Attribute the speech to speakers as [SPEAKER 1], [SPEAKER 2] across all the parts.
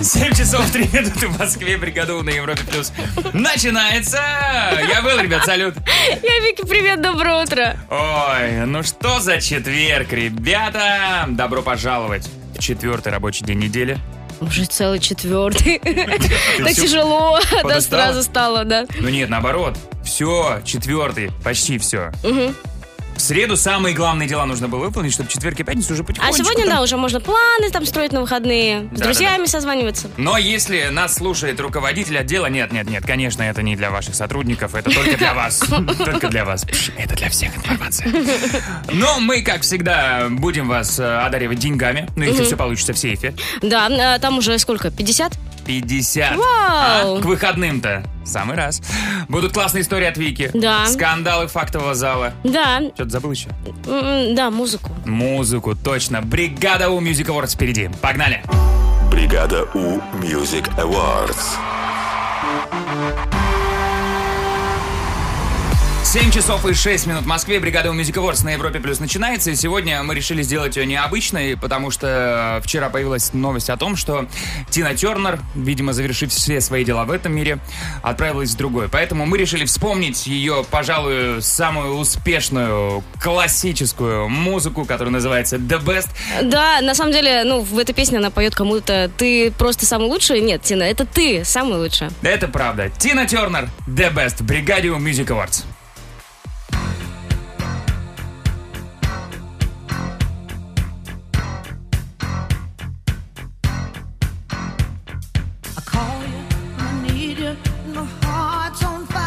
[SPEAKER 1] 7 часов 3 минуты в Москве. Бригаду на Европе Плюс. Начинается! Я был, ребят, салют.
[SPEAKER 2] Я Вики, привет, доброе утро.
[SPEAKER 1] Ой, ну что за четверг, ребята? Добро пожаловать в четвертый рабочий день недели.
[SPEAKER 2] Уже целый четвертый. Так
[SPEAKER 1] всё
[SPEAKER 2] тяжело, да,
[SPEAKER 1] подустала?
[SPEAKER 2] сразу стало, да.
[SPEAKER 1] Ну нет, наоборот. Все, четвертый, почти все. В среду самые главные дела нужно было выполнить, чтобы четверг и пятницу уже
[SPEAKER 2] А
[SPEAKER 1] потихонечку.
[SPEAKER 2] сегодня,
[SPEAKER 1] там-
[SPEAKER 2] да, уже можно планы там строить на выходные, с
[SPEAKER 1] Да-да-да.
[SPEAKER 2] друзьями созваниваться.
[SPEAKER 1] Но если нас слушает руководитель отдела, нет, нет, нет, конечно, это не для ваших сотрудников, это только для вас. Только для вас. Пш, Это для всех информация. Но мы, как всегда, будем вас э, одаривать деньгами, ну если все получится в сейфе.
[SPEAKER 2] Да, а, там уже сколько, 50?
[SPEAKER 1] 50.
[SPEAKER 2] Вау!
[SPEAKER 1] А? К выходным-то. Самый раз. Будут классные истории от Вики.
[SPEAKER 2] Да.
[SPEAKER 1] Скандалы фактового зала.
[SPEAKER 2] Да, м,
[SPEAKER 1] Что-то забыл еще.
[SPEAKER 2] м, да, музыку.
[SPEAKER 1] Музыку, точно. Бригада у Music Awards впереди. Погнали.
[SPEAKER 3] Бригада У Music Awards.
[SPEAKER 1] 7 часов и 6 минут в Москве. Бригада у Music Awards на Европе Плюс начинается. И сегодня мы решили сделать ее необычной, потому что вчера появилась новость о том, что Тина Тернер, видимо, завершив все свои дела в этом мире, отправилась в другой. Поэтому мы решили вспомнить ее, пожалуй, самую успешную классическую музыку, которая называется The Best.
[SPEAKER 2] Да, на самом деле, ну, в этой песне она поет кому-то «Ты просто самый лучший». Нет, Тина, это ты самый лучший.
[SPEAKER 1] Это правда. Тина Тернер, The Best, Бригадио Music Awards.
[SPEAKER 4] I call you, I need you, and my heart's on fire.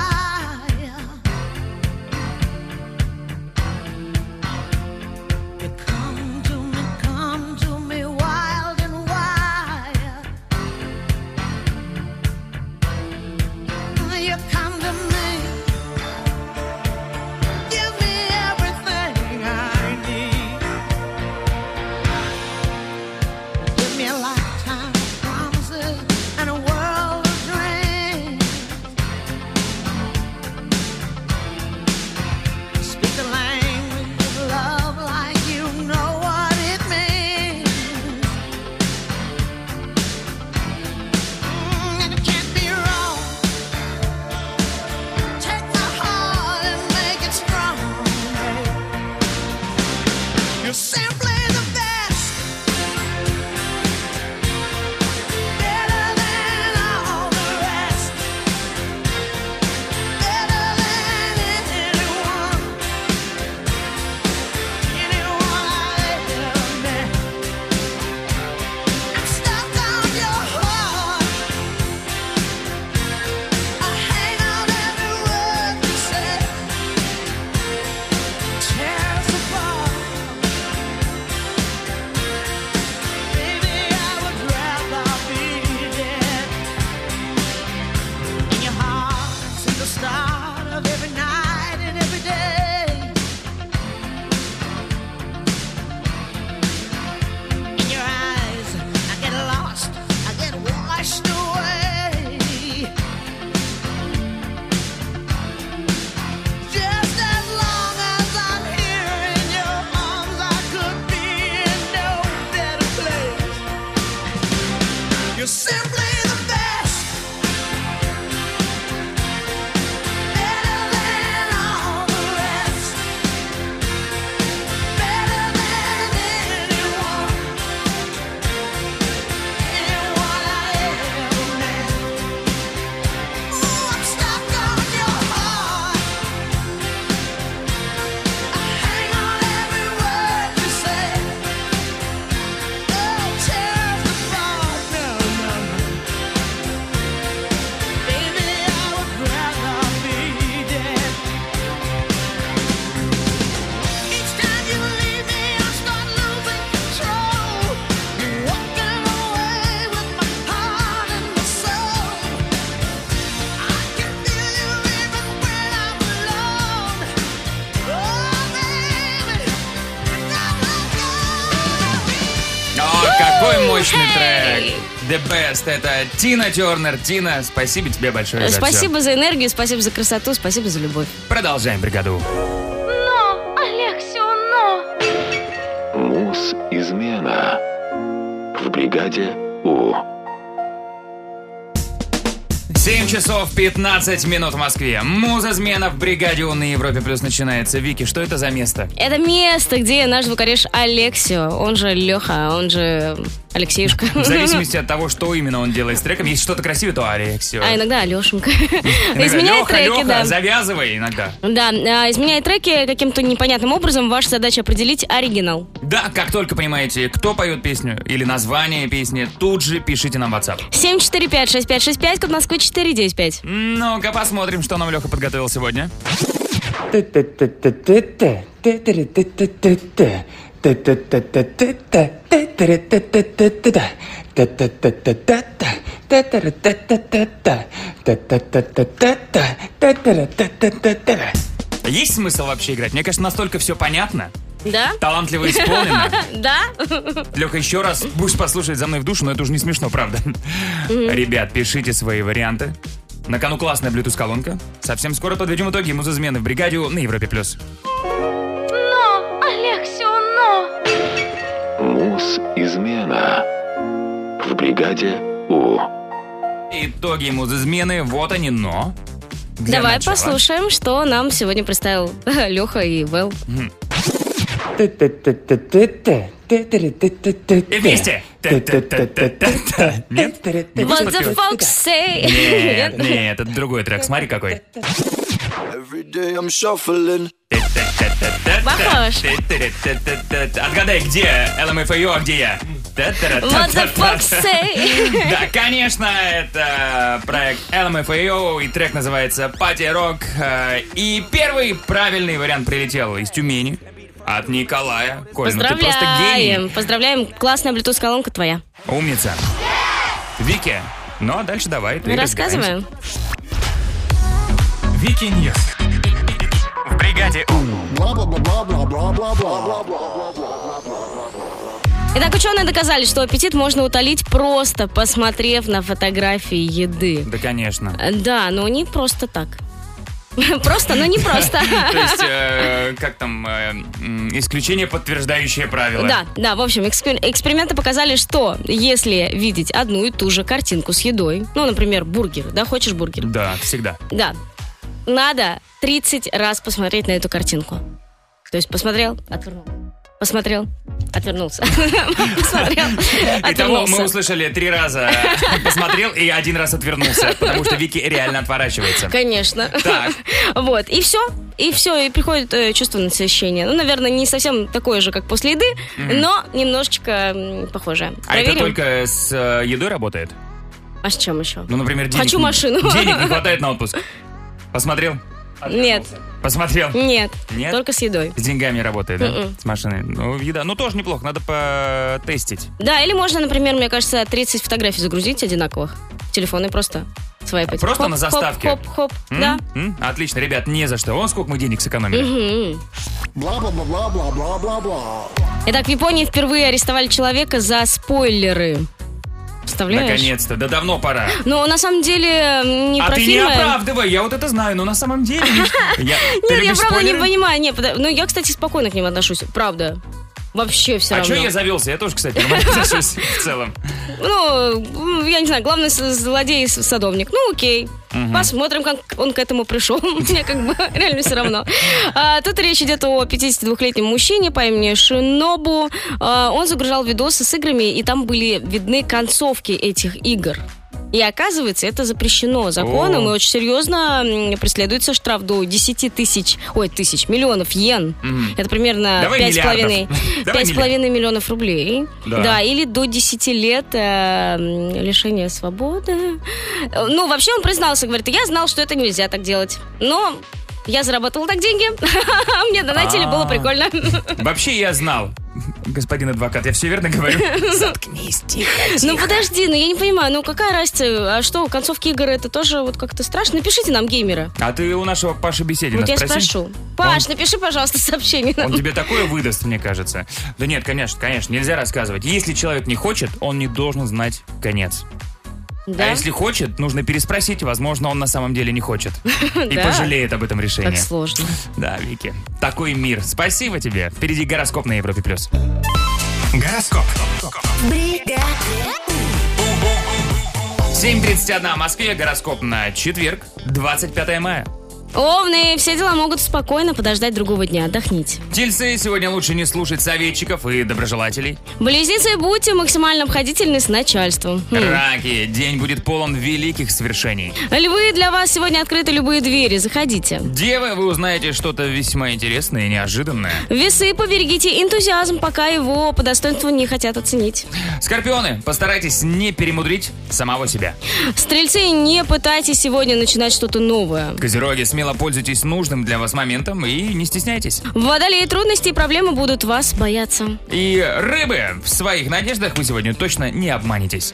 [SPEAKER 4] You come to me, come to me, wild and wild. You come to me, give me everything I need. Give me a lifetime of promises and a world of dreams. Speak the language of love like you know what it means. Mm, and it can't be wrong. Take my heart and make it strong. babe. You're simply the best. Better than all the rest. Better than anyone, anyone I ever met. I'm stuck on your heart. I hang on every word you say. Tears apart. Baby, I would rather be dead. In your heart, see the start of every night and every day. In your eyes, I get lost, I get washed away. Just as long as I'm here in your arms, I could be in no better place. You're simply the best, better than all the rest, better than anyone, anyone I ever met. Ooh, I'm stuck on your heart. Hang on every word you say. Oh, tears apart. No, no, no. Baby, I would rather be dead. Each time you leave me, I start losing control. You're walking away with my heart and my soul. I can feel you even when I'm alone.
[SPEAKER 1] О, какой мощный трек. The Best. Это Тина Тернер. Тина, спасибо тебе большое за всё.
[SPEAKER 2] Спасибо за энергию, спасибо за красоту, спасибо за любовь.
[SPEAKER 1] Продолжаем бригаду.
[SPEAKER 3] Муз измена в бригаде У.
[SPEAKER 1] 7 часов 15 минут в Москве. Муза-змена в бригаде У на Европе Плюс начинается. Вики, что это за место?
[SPEAKER 2] Это место, где наш звукореж Алексио, он же Леха, он же Алексеюшка.
[SPEAKER 1] В зависимости от того, что именно он делает с треком. Если что-то красивое, то Алексио.
[SPEAKER 2] А иногда Алешенька. Изменяет
[SPEAKER 1] Леха,
[SPEAKER 2] треки,
[SPEAKER 1] Леха,
[SPEAKER 2] да.
[SPEAKER 1] завязывай иногда.
[SPEAKER 2] Да, а, изменяет треки каким-то непонятным образом. Ваша задача определить оригинал.
[SPEAKER 1] Да, как только понимаете, кто поет песню или название песни, тут же пишите нам в WhatsApp.
[SPEAKER 2] 745-6565, код Москвы 495.
[SPEAKER 1] Ну-ка посмотрим, что нам Леха подготовил сегодня. Есть смысл вообще играть? Мне кажется, настолько все понятно,
[SPEAKER 2] Да?
[SPEAKER 1] талантливо исполнено.
[SPEAKER 2] Да?
[SPEAKER 1] Леха, еще раз будешь послушать за мной в душу, но это уже не смешно, правда. Ребят, пишите свои варианты. На кону классная Bluetooth-колонка. Совсем скоро подведем итоги музызмены в бригаде на Европе+. плюс.
[SPEAKER 5] Но, Алексио, но!
[SPEAKER 3] Муз-измена в бригаде У.
[SPEAKER 1] Итоги музызмены, вот они, но... Для
[SPEAKER 2] Давай
[SPEAKER 1] начала.
[SPEAKER 2] послушаем, что нам сегодня представил Леха и Вэл.
[SPEAKER 1] И вместе. Та-та-та-та-та-та. Нет? Не будешь
[SPEAKER 2] What the
[SPEAKER 1] подпевать?
[SPEAKER 2] fuck say?
[SPEAKER 1] Нет, нет, это другой трек, смотри какой.
[SPEAKER 6] Every day I'm shuffling.
[SPEAKER 2] Похож.
[SPEAKER 1] Отгадай, где LMFAO, а где я?
[SPEAKER 2] What the fuck say?
[SPEAKER 1] Да, конечно, это проект LMFAO, и трек называется «Пати Рок». Э, И первый правильный вариант прилетел из Тюмени от Николая. Коль, ну ты просто гений.
[SPEAKER 2] Поздравляем, поздравляем. Классная Bluetooth-колонка твоя.
[SPEAKER 1] Умница. Вики, ну а дальше давай. ты
[SPEAKER 2] Рассказываем.
[SPEAKER 1] разбираемся. Вики Ньюс. В бригаде
[SPEAKER 2] Итак, ученые доказали, что аппетит можно утолить просто посмотрев на фотографии еды.
[SPEAKER 1] Да, конечно.
[SPEAKER 2] Э, Да, но не просто так. Просто, но не просто.
[SPEAKER 1] То есть, э, как там, э, м, исключение, подтверждающее правило.
[SPEAKER 2] Да, да, в общем, экспер- эксперименты показали, что если видеть одну и ту же картинку с едой, ну, например, бургер, да, хочешь бургер?
[SPEAKER 1] Да, всегда.
[SPEAKER 2] Да. Надо 30 раз посмотреть на эту картинку. То есть посмотрел, отвернул. Посмотрел, отвернулся. Посмотрел,
[SPEAKER 1] Итого мы
[SPEAKER 2] отвернулся.
[SPEAKER 1] услышали три раза посмотрел и один раз отвернулся, потому что Вики реально отворачивается.
[SPEAKER 2] Конечно.
[SPEAKER 1] Так.
[SPEAKER 2] Вот, и все. И все, и приходит э, чувство насыщения. Ну, наверное, не совсем такое же, как после еды, но немножечко м, похожее.
[SPEAKER 1] А это
[SPEAKER 2] Проверим?
[SPEAKER 1] только с э, едой работает?
[SPEAKER 2] А с чем еще?
[SPEAKER 1] Ну, например, денег...
[SPEAKER 2] Хочу машину.
[SPEAKER 1] Денег не хватает на отпуск. Посмотрел?
[SPEAKER 2] Нет,
[SPEAKER 1] Посмотрел.
[SPEAKER 2] нет,
[SPEAKER 1] Нет?
[SPEAKER 2] только с едой.
[SPEAKER 1] С деньгами не работает, да?
[SPEAKER 2] Мгм.
[SPEAKER 1] С машиной. Ну, еда. Ну, тоже неплохо, надо потестить.
[SPEAKER 2] Да, или можно, например, мне кажется, 30 фотографий загрузить одинаковых. Телефоны просто свайпать.
[SPEAKER 1] Просто
[SPEAKER 2] Хоп,
[SPEAKER 1] на
[SPEAKER 2] хоп,
[SPEAKER 1] заставке?
[SPEAKER 2] Хоп, хоп,
[SPEAKER 1] М?
[SPEAKER 2] да.
[SPEAKER 1] М? Отлично, ребят, не за что. О, сколько мы денег сэкономили.
[SPEAKER 2] М.
[SPEAKER 6] Бла-бла-бла-бла-бла-бла-бла.
[SPEAKER 2] Итак, в Японии впервые арестовали человека за спойлеры. Представляешь?
[SPEAKER 1] Наконец-то, да давно пора.
[SPEAKER 2] Но на самом деле м, не
[SPEAKER 1] а
[SPEAKER 2] про
[SPEAKER 1] ты
[SPEAKER 2] фильмы.
[SPEAKER 1] не оправдывай, я вот это знаю, но на самом деле... Я- ты
[SPEAKER 2] Нет, я
[SPEAKER 1] любишь
[SPEAKER 2] правда
[SPEAKER 1] спойлеры?
[SPEAKER 2] не понимаю. Не, подо- ну, я, кстати, спокойно к ним отношусь. Правда. Вообще все
[SPEAKER 1] А
[SPEAKER 2] равно.
[SPEAKER 1] что я завелся? Я тоже, кстати, нормально отношусь в целом.
[SPEAKER 2] Ну, м, я не знаю, главный с- злодей с- садовник. Ну, окей. Посмотрим, как он к этому пришел. Мне как бы реально все равно. А, тут речь идет о 52-летнем мужчине по имени Шинобу. А, он загружал видосы с играми, и там были видны концовки этих игр. И оказывается, это запрещено законом
[SPEAKER 1] О.
[SPEAKER 2] и очень серьезно м, преследуется штраф до 10 тысяч, ой, тысяч, миллионов йен.
[SPEAKER 1] Мгм.
[SPEAKER 2] Это примерно
[SPEAKER 1] Давай
[SPEAKER 2] 5,5
[SPEAKER 1] миллиардов. Давай
[SPEAKER 2] 5,5 миллионов рублей.
[SPEAKER 1] Да.
[SPEAKER 2] Да, или до 10 лет э, м, лишения свободы. Э, Ну, вообще он признался, говорит, я знал, что это нельзя так делать. Но я заработала так деньги, мне донатили,
[SPEAKER 1] А.
[SPEAKER 2] было прикольно.
[SPEAKER 1] Вообще я знал. Господин адвокат, я все верно говорю?
[SPEAKER 2] Ну подожди, ну я не понимаю, ну какая разница, а что, концовки игр это тоже вот как-то страшно? Напишите нам, геймеры.
[SPEAKER 1] А ты у нашего Паши Беседина
[SPEAKER 2] Вот я
[SPEAKER 1] спроси.
[SPEAKER 2] спрошу. Паш, напиши, пожалуйста, сообщение
[SPEAKER 1] Он
[SPEAKER 2] нам.
[SPEAKER 1] тебе такое выдаст, мне кажется. Да нет, конечно, конечно, нельзя рассказывать. Если человек не хочет, он не должен знать конец. А
[SPEAKER 2] Да,
[SPEAKER 1] если хочет, нужно переспросить, возможно, он на самом деле не хочет. И
[SPEAKER 2] Да.
[SPEAKER 1] пожалеет об этом
[SPEAKER 2] как
[SPEAKER 1] решении.
[SPEAKER 2] сложно.
[SPEAKER 1] Да, Вики. Такой мир. Спасибо тебе. Впереди гороскоп на Европе+. плюс.
[SPEAKER 7] Гороскоп.
[SPEAKER 1] 7.31 в Москве, гороскоп на четверг, 25 мая.
[SPEAKER 2] Овны, все дела могут спокойно подождать другого дня, отдохните.
[SPEAKER 1] Тельцы, сегодня лучше не слушать советчиков и доброжелателей.
[SPEAKER 2] Близнецы, будьте максимально обходительны с начальством. Хм.
[SPEAKER 1] Раки, день будет полон великих свершений.
[SPEAKER 2] Львы, для вас сегодня открыты любые двери, заходите.
[SPEAKER 1] Девы, вы узнаете что-то весьма интересное и неожиданное.
[SPEAKER 2] Весы, поберегите энтузиазм, пока его по достоинству не хотят оценить.
[SPEAKER 1] Скорпионы, постарайтесь не перемудрить самого себя.
[SPEAKER 2] Стрельцы, не пытайтесь сегодня начинать что-то новое.
[SPEAKER 1] Козероги, смело пользуйтесь нужным для вас моментом и не стесняйтесь.
[SPEAKER 2] Водолеи, трудности и проблемы будут вас бояться. Ну,
[SPEAKER 1] И рыбы, в своих надеждах вы сегодня точно не обманетесь.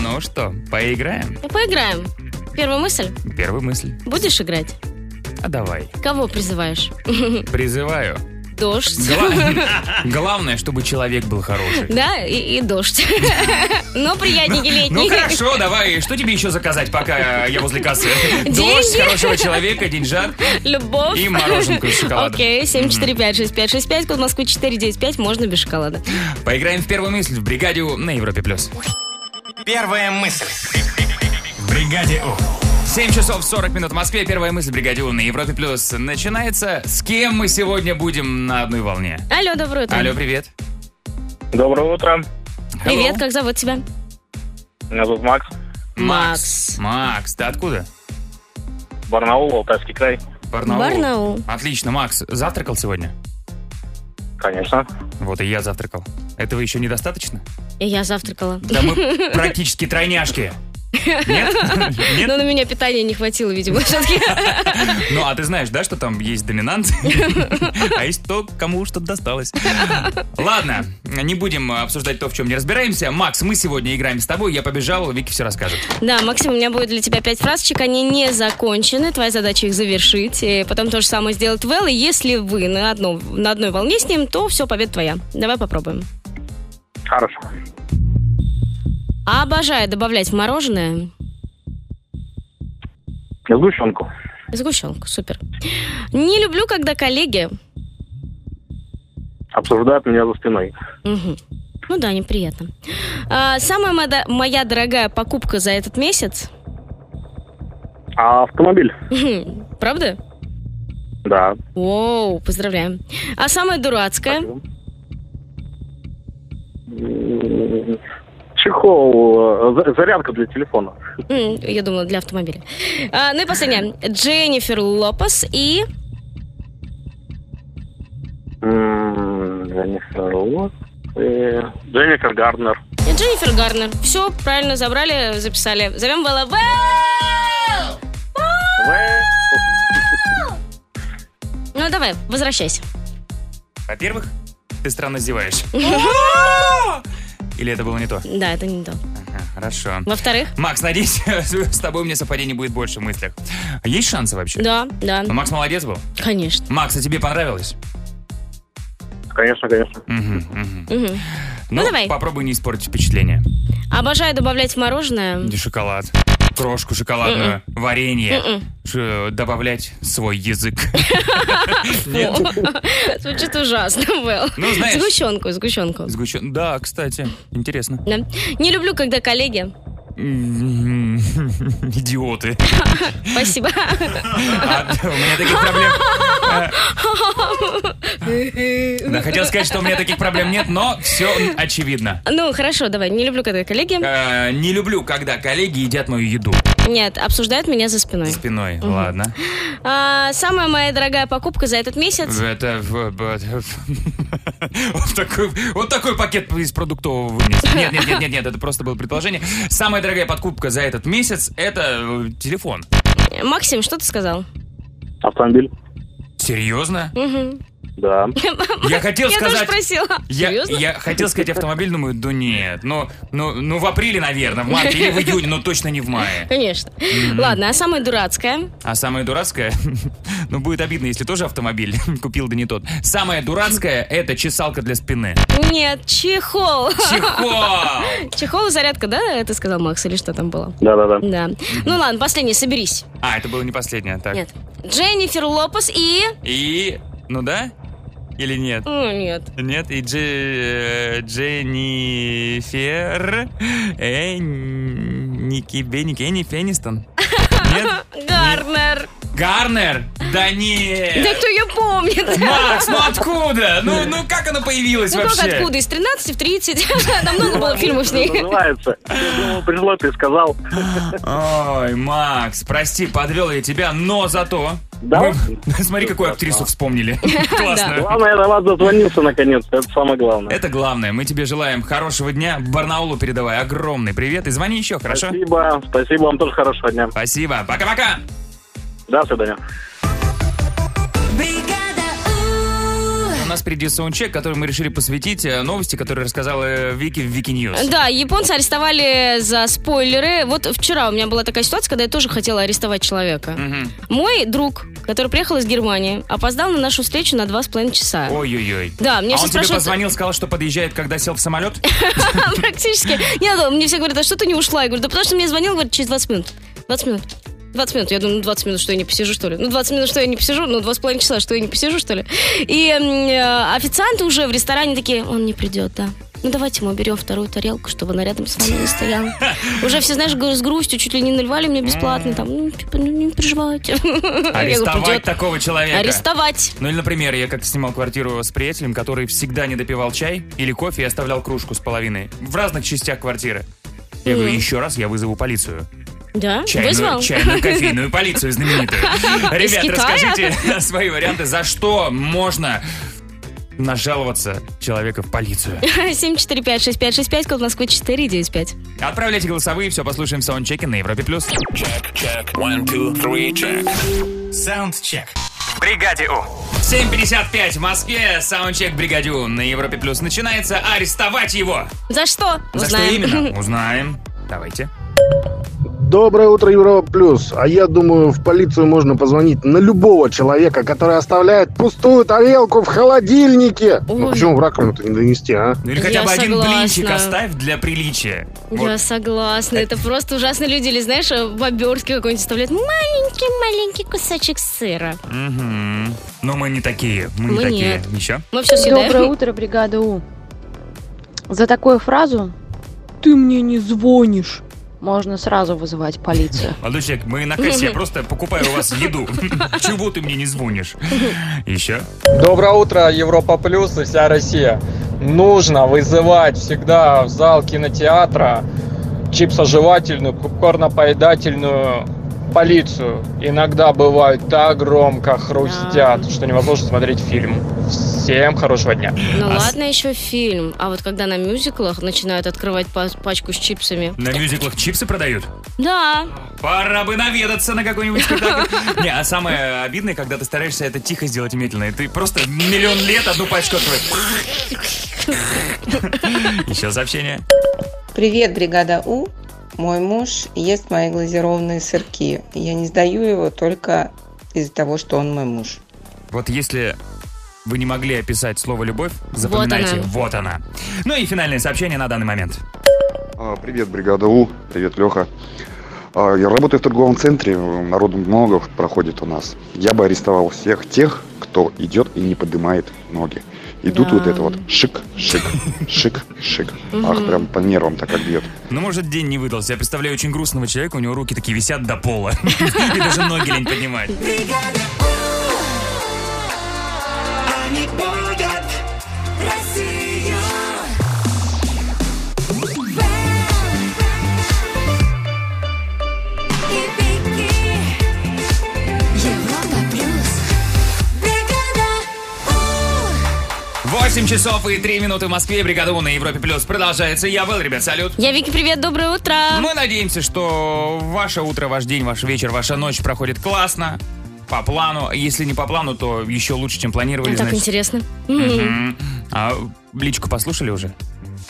[SPEAKER 1] Ну что, поиграем?
[SPEAKER 2] Ну, Поиграем. Первая мысль.
[SPEAKER 1] Первая мысль.
[SPEAKER 2] Будешь играть?
[SPEAKER 1] А давай.
[SPEAKER 2] Кого призываешь?
[SPEAKER 1] Призываю.
[SPEAKER 2] Дождь.
[SPEAKER 1] Гла- Главное, чтобы человек был хороший.
[SPEAKER 2] Да, и, и дождь. Но приятненький
[SPEAKER 1] Ну
[SPEAKER 2] летний.
[SPEAKER 1] хорошо, давай. Что тебе еще заказать, пока я возле кассы? Дождь
[SPEAKER 2] Деньги.
[SPEAKER 1] хорошего человека, деньжат.
[SPEAKER 2] Любовь.
[SPEAKER 1] И мороженку из шоколада.
[SPEAKER 2] Окей, 7456565, код Москвы 495, можно без шоколада.
[SPEAKER 1] Поиграем в первую мысль в бригаде У» на Европе+. плюс.
[SPEAKER 7] Первая мысль. В бригаде У.
[SPEAKER 1] 7 часов 40 минут в Москве. Первая мысль в бригаде У» на Европе+. плюс Начинается. С кем мы сегодня будем на одной волне?
[SPEAKER 2] Алло, доброе утро.
[SPEAKER 1] Алло, привет.
[SPEAKER 8] Доброе утро.
[SPEAKER 2] Привет,
[SPEAKER 1] Hello.
[SPEAKER 2] как зовут тебя?
[SPEAKER 8] Меня зовут Макс.
[SPEAKER 1] Макс. Макс, ты откуда?
[SPEAKER 8] Барнаул, Алтайский край.
[SPEAKER 1] Барнаул.
[SPEAKER 2] Барнаул.
[SPEAKER 1] Отлично, Макс. Завтракал сегодня?
[SPEAKER 8] Конечно.
[SPEAKER 1] Вот и я завтракал. Этого еще недостаточно?
[SPEAKER 2] И я завтракала.
[SPEAKER 1] Да мы практически тройняшки. Нет?
[SPEAKER 2] Но
[SPEAKER 1] Нет?
[SPEAKER 2] Ну, на меня питания не хватило, видимо, все-таки.
[SPEAKER 1] Ну, а ты знаешь, да, что там есть доминант, а есть то, кому что-то досталось. Ладно, не будем обсуждать то, в чем не разбираемся. Макс, мы сегодня играем с тобой, я побежал, Вики все расскажет.
[SPEAKER 2] Да, Максим, у меня будет для тебя пять фразочек, они не закончены, твоя задача их завершить, и потом то же самое сделает Вэл, и если вы на, одном, на одной волне с ним, то все, победа твоя. Давай попробуем.
[SPEAKER 8] Хорошо.
[SPEAKER 2] Обожаю добавлять в мороженое
[SPEAKER 8] Сгущенку.
[SPEAKER 2] сгущенку, супер. Не люблю, когда коллеги...
[SPEAKER 8] Обсуждают меня за спиной.
[SPEAKER 2] Мгм. Ну да, неприятно. А, самая мода- моя дорогая покупка за этот месяц...
[SPEAKER 8] А автомобиль?
[SPEAKER 2] Мгм. Правда?
[SPEAKER 8] Да.
[SPEAKER 2] Воу, поздравляем. А самая дурацкая...
[SPEAKER 8] М, Чехол. э, за- Зарядка для телефона.
[SPEAKER 2] М, Я думала, для автомобиля. А, ну и последняя. Дженнифер Лопес и...
[SPEAKER 8] М, М-м-м, Дженнифер Ло- э, Дженнифер Гарднер.
[SPEAKER 2] и Дженнифер Гарнер. Все, правильно забрали, записали. Зовем Вэлла. Вэлл! Ну давай, возвращайся.
[SPEAKER 1] Во-первых, ты странно зеваешь. Или это было не то?
[SPEAKER 2] Да, это не то.
[SPEAKER 1] Ага, Хорошо.
[SPEAKER 2] Во-вторых,
[SPEAKER 1] Макс, надеюсь, с тобой у меня совпадений будет больше в мыслях. Есть шансы вообще?
[SPEAKER 2] да, да,
[SPEAKER 1] Ну, Макс молодец был.
[SPEAKER 2] конечно.
[SPEAKER 1] Макс, а тебе понравилось?
[SPEAKER 8] Конечно, конечно.
[SPEAKER 1] Мгм, мгм.
[SPEAKER 2] Мгм. Ну, давай.
[SPEAKER 1] попробуй не испортить впечатление.
[SPEAKER 2] Обожаю добавлять в мороженое.
[SPEAKER 1] И Шоколад. Крошку шоколадную,
[SPEAKER 2] М-м.
[SPEAKER 1] варенье. Ш- добавлять свой язык. Нет?
[SPEAKER 2] Звучит ужасно, Вэлл.
[SPEAKER 1] Ну, знаешь-
[SPEAKER 2] Сгущенку, сгущенку.
[SPEAKER 1] Сгущен- Да, кстати, интересно.
[SPEAKER 2] Да. Не люблю, когда коллеги.
[SPEAKER 1] М, Идиоты.
[SPEAKER 2] Спасибо.
[SPEAKER 1] А, У меня таких проблем... э, Да, хотел сказать, что у меня таких проблем нет, но все очевидно.
[SPEAKER 2] Ну, хорошо, давай. Не люблю, когда коллеги.
[SPEAKER 1] Э, Не люблю, когда коллеги едят мою еду
[SPEAKER 2] Нет, обсуждают меня за спиной.
[SPEAKER 1] спиной. Ладно.
[SPEAKER 2] А, самая моя дорогая покупка за этот месяц.
[SPEAKER 1] Это... в- б- Вот такой, вот такой пакет из продуктового вынес. Нет, нет, нет, нет, нет, это просто было предположение. Самая дорогая подкупка за этот месяц — это э, телефон.
[SPEAKER 2] Максим, что ты сказал?
[SPEAKER 8] Автомобиль?
[SPEAKER 1] Серьезно?
[SPEAKER 2] Мгм.
[SPEAKER 8] Да.
[SPEAKER 1] Я хотел
[SPEAKER 2] Я тоже
[SPEAKER 1] сказать...
[SPEAKER 2] просила.
[SPEAKER 1] Я,
[SPEAKER 2] Серьезно?
[SPEAKER 1] я хотел сказать автомобиль, думаю, да нет. Ну, ну, ну, в апреле, наверное, в марте или в июне, но точно не в мае.
[SPEAKER 2] Конечно. Ладно, а самая дурацкая?
[SPEAKER 1] А самое дурацкое, ну, будет обидно, если тоже автомобиль купил, да не тот. Самое дурацкое — это чесалка для спины.
[SPEAKER 2] Нет, чехол.
[SPEAKER 1] Чехол!
[SPEAKER 2] Чехол и зарядка, да? Это сказал Макс или что там было?
[SPEAKER 8] Да-да-да.
[SPEAKER 2] Да. Ну ладно, последний, соберись.
[SPEAKER 1] А, это было не последнее, так.
[SPEAKER 2] Нет. Дженнифер Лопес и...
[SPEAKER 1] И... Ну да? Или нет?
[SPEAKER 2] Ну, нет.
[SPEAKER 1] Нет, и Дже- э, Дженнифер Энники Бенники, Энни Фенистон. Нет?
[SPEAKER 2] Гарнер.
[SPEAKER 1] Гарнер? Да
[SPEAKER 2] Да
[SPEAKER 1] нет!
[SPEAKER 2] кто ее помнит?
[SPEAKER 1] Макс, ну откуда? Ну, ну как оно появилось
[SPEAKER 2] Ну как
[SPEAKER 1] вообще?
[SPEAKER 2] откуда? Из 13 в 30? Там много было фильмов с ней.
[SPEAKER 8] Называется. Я думал, пришло, ты сказал.
[SPEAKER 1] Ой, Макс, прости, подвел я тебя, но зато...
[SPEAKER 8] Да?
[SPEAKER 1] мы- Смотри, какую актрису вспомнили. Классно.
[SPEAKER 8] Главное, до вас дозвонился наконец-то. Это самое главное.
[SPEAKER 1] Это главное. Мы тебе желаем хорошего дня. Барнаулу передавай огромный привет и звони еще, хорошо?
[SPEAKER 8] Спасибо. Спасибо вам тоже хорошего дня.
[SPEAKER 1] Спасибо. Пока-пока.
[SPEAKER 8] До свидания.
[SPEAKER 1] У нас впереди саундчек, который мы решили посвятить э, новости, которые рассказала э, Вики в Вики Ньюс.
[SPEAKER 2] Да, японцы арестовали за спойлеры. Вот вчера у меня была такая ситуация, когда я тоже хотела арестовать человека.
[SPEAKER 1] Мгм.
[SPEAKER 2] Мой друг, который приехал из Германии, опоздал на нашу встречу на два с половиной часа.
[SPEAKER 1] Ой-ой-ой.
[SPEAKER 2] Да, мне
[SPEAKER 1] а
[SPEAKER 2] все
[SPEAKER 1] он тебе
[SPEAKER 2] спрашивают-
[SPEAKER 1] позвонил, сказал, что подъезжает, когда сел в самолет?
[SPEAKER 2] Практически. Нет, да, мне все говорят, а что ты не ушла? Я говорю, да потому что мне звонил, говорит, через 20 минут. 20 минут. 20 минут. Я думаю, ну 20 минут, что я не посижу, что ли? Ну 20 минут, что я не посижу? Ну 2,5 часа, что я не посижу, что ли? И м, э, официанты уже в ресторане такие, он не придет, да. Ну давайте мы берем вторую тарелку, чтобы она рядом с вами не стояла. Уже все, знаешь, говорю, с грустью, чуть ли не наливали мне бесплатно, там, ну, типа, ну, не переживайте. А Я говорю,
[SPEAKER 1] Арестовать
[SPEAKER 2] «Придет».
[SPEAKER 1] такого человека.
[SPEAKER 2] Арестовать.
[SPEAKER 1] Ну или, например, я как-то снимал квартиру с приятелем, который всегда не допивал чай или кофе и оставлял кружку с половиной в разных частях квартиры. Я говорю, еще раз я вызову полицию.
[SPEAKER 2] Да,
[SPEAKER 1] Чайную,
[SPEAKER 2] вызвал.
[SPEAKER 1] чайную кофейную полицию знаменитую. Ребят,
[SPEAKER 2] Китая?
[SPEAKER 1] расскажите свои варианты, за что можно нажаловаться человека в полицию.
[SPEAKER 2] 745-6565, код Москвы 495.
[SPEAKER 1] Отправляйте голосовые, все послушаем в саундчеке на Европе+. плюс.
[SPEAKER 7] Саундчек. В бригаде У.
[SPEAKER 1] 7.55 в Москве, саундчек Бригадю на Европе+. плюс начинается. Арестовать его!
[SPEAKER 2] За что?
[SPEAKER 1] За что
[SPEAKER 2] Узнаем.
[SPEAKER 1] именно? Узнаем. Давайте.
[SPEAKER 9] Доброе утро, Европа Плюс. А я думаю, в полицию можно позвонить на любого человека, который оставляет пустую тарелку в холодильнике. Ну
[SPEAKER 2] Ой.
[SPEAKER 9] почему в раковину-то не донести, а?
[SPEAKER 1] Ну или хотя
[SPEAKER 2] Я
[SPEAKER 1] бы один
[SPEAKER 2] согласна.
[SPEAKER 1] блинчик оставь для приличия. Вот.
[SPEAKER 2] Я согласна, это просто ужасно. Люди, или знаешь, в обертке какой-нибудь вставляют маленький-маленький кусочек сыра.
[SPEAKER 1] Мгм. Но мы не такие, мы, не
[SPEAKER 2] Мы
[SPEAKER 1] такие.
[SPEAKER 2] Ну нет.
[SPEAKER 1] Еще?
[SPEAKER 2] Мы все съедаем.
[SPEAKER 10] Доброе утро, бригада У. За такую фразу «Ты мне не звонишь» можно сразу вызывать полицию.
[SPEAKER 1] Молодой человек, мы на кассе, я просто покупаю у вас еду. Чего ты мне не звонишь? Еще?
[SPEAKER 11] Доброе утро, Европа Плюс и вся Россия. Нужно вызывать всегда в зал кинотеатра чипсожевательную, попкорнопоедательную полицию. Иногда бывают так громко хрустят, что невозможно смотреть фильм. Всем хорошего дня.
[SPEAKER 2] Ну
[SPEAKER 1] А с-
[SPEAKER 2] ладно, еще фильм. А вот когда на мюзиклах начинают открывать па- пачку с чипсами.
[SPEAKER 1] На мюзиклах чипсы продают?
[SPEAKER 2] Да.
[SPEAKER 1] Пора бы наведаться на какой-нибудь спектакль. Не, а самое обидное, когда ты стараешься это тихо сделать и медленно. И ты просто миллион лет одну пачку открой. Еще сообщение.
[SPEAKER 10] Привет, бригада У. Мой муж ест мои глазированные сырки. Я не сдаю его только из-за того, что он мой муж.
[SPEAKER 1] Вот если вы не могли описать слово «любовь», запоминайте.
[SPEAKER 2] она.
[SPEAKER 1] Вот она. Ну и финальное сообщение на данный момент.
[SPEAKER 9] А, Привет, бригада У. Привет, Леха. А, Я работаю в торговом центре, народу много проходит у нас. Я бы арестовал всех тех, кто идет и не поднимает ноги. И тут
[SPEAKER 2] Да.
[SPEAKER 9] вот это вот шик, шик, шик, шик. Ах, прям по нервам так как бьет.
[SPEAKER 1] Ну, может, день не выдался. Я представляю очень грустного человека, у него руки такие висят до пола. И даже ноги лень поднимать.
[SPEAKER 4] Они будут Россию. И Вики. Европа плюс. Бригада У.
[SPEAKER 1] 8 часов и 3 минуты в Москве. Бригада У на Европе Плюс продолжается. Я был, ребят, салют.
[SPEAKER 2] Я Вики, привет, доброе утро.
[SPEAKER 1] Мы надеемся, что ваше утро, ваш день, ваш вечер, ваша ночь проходит классно, по плану. Если не по плану, то еще лучше, чем планировали.
[SPEAKER 2] Ну, так
[SPEAKER 1] значит.
[SPEAKER 2] интересно. М,
[SPEAKER 1] М. А личку послушали уже?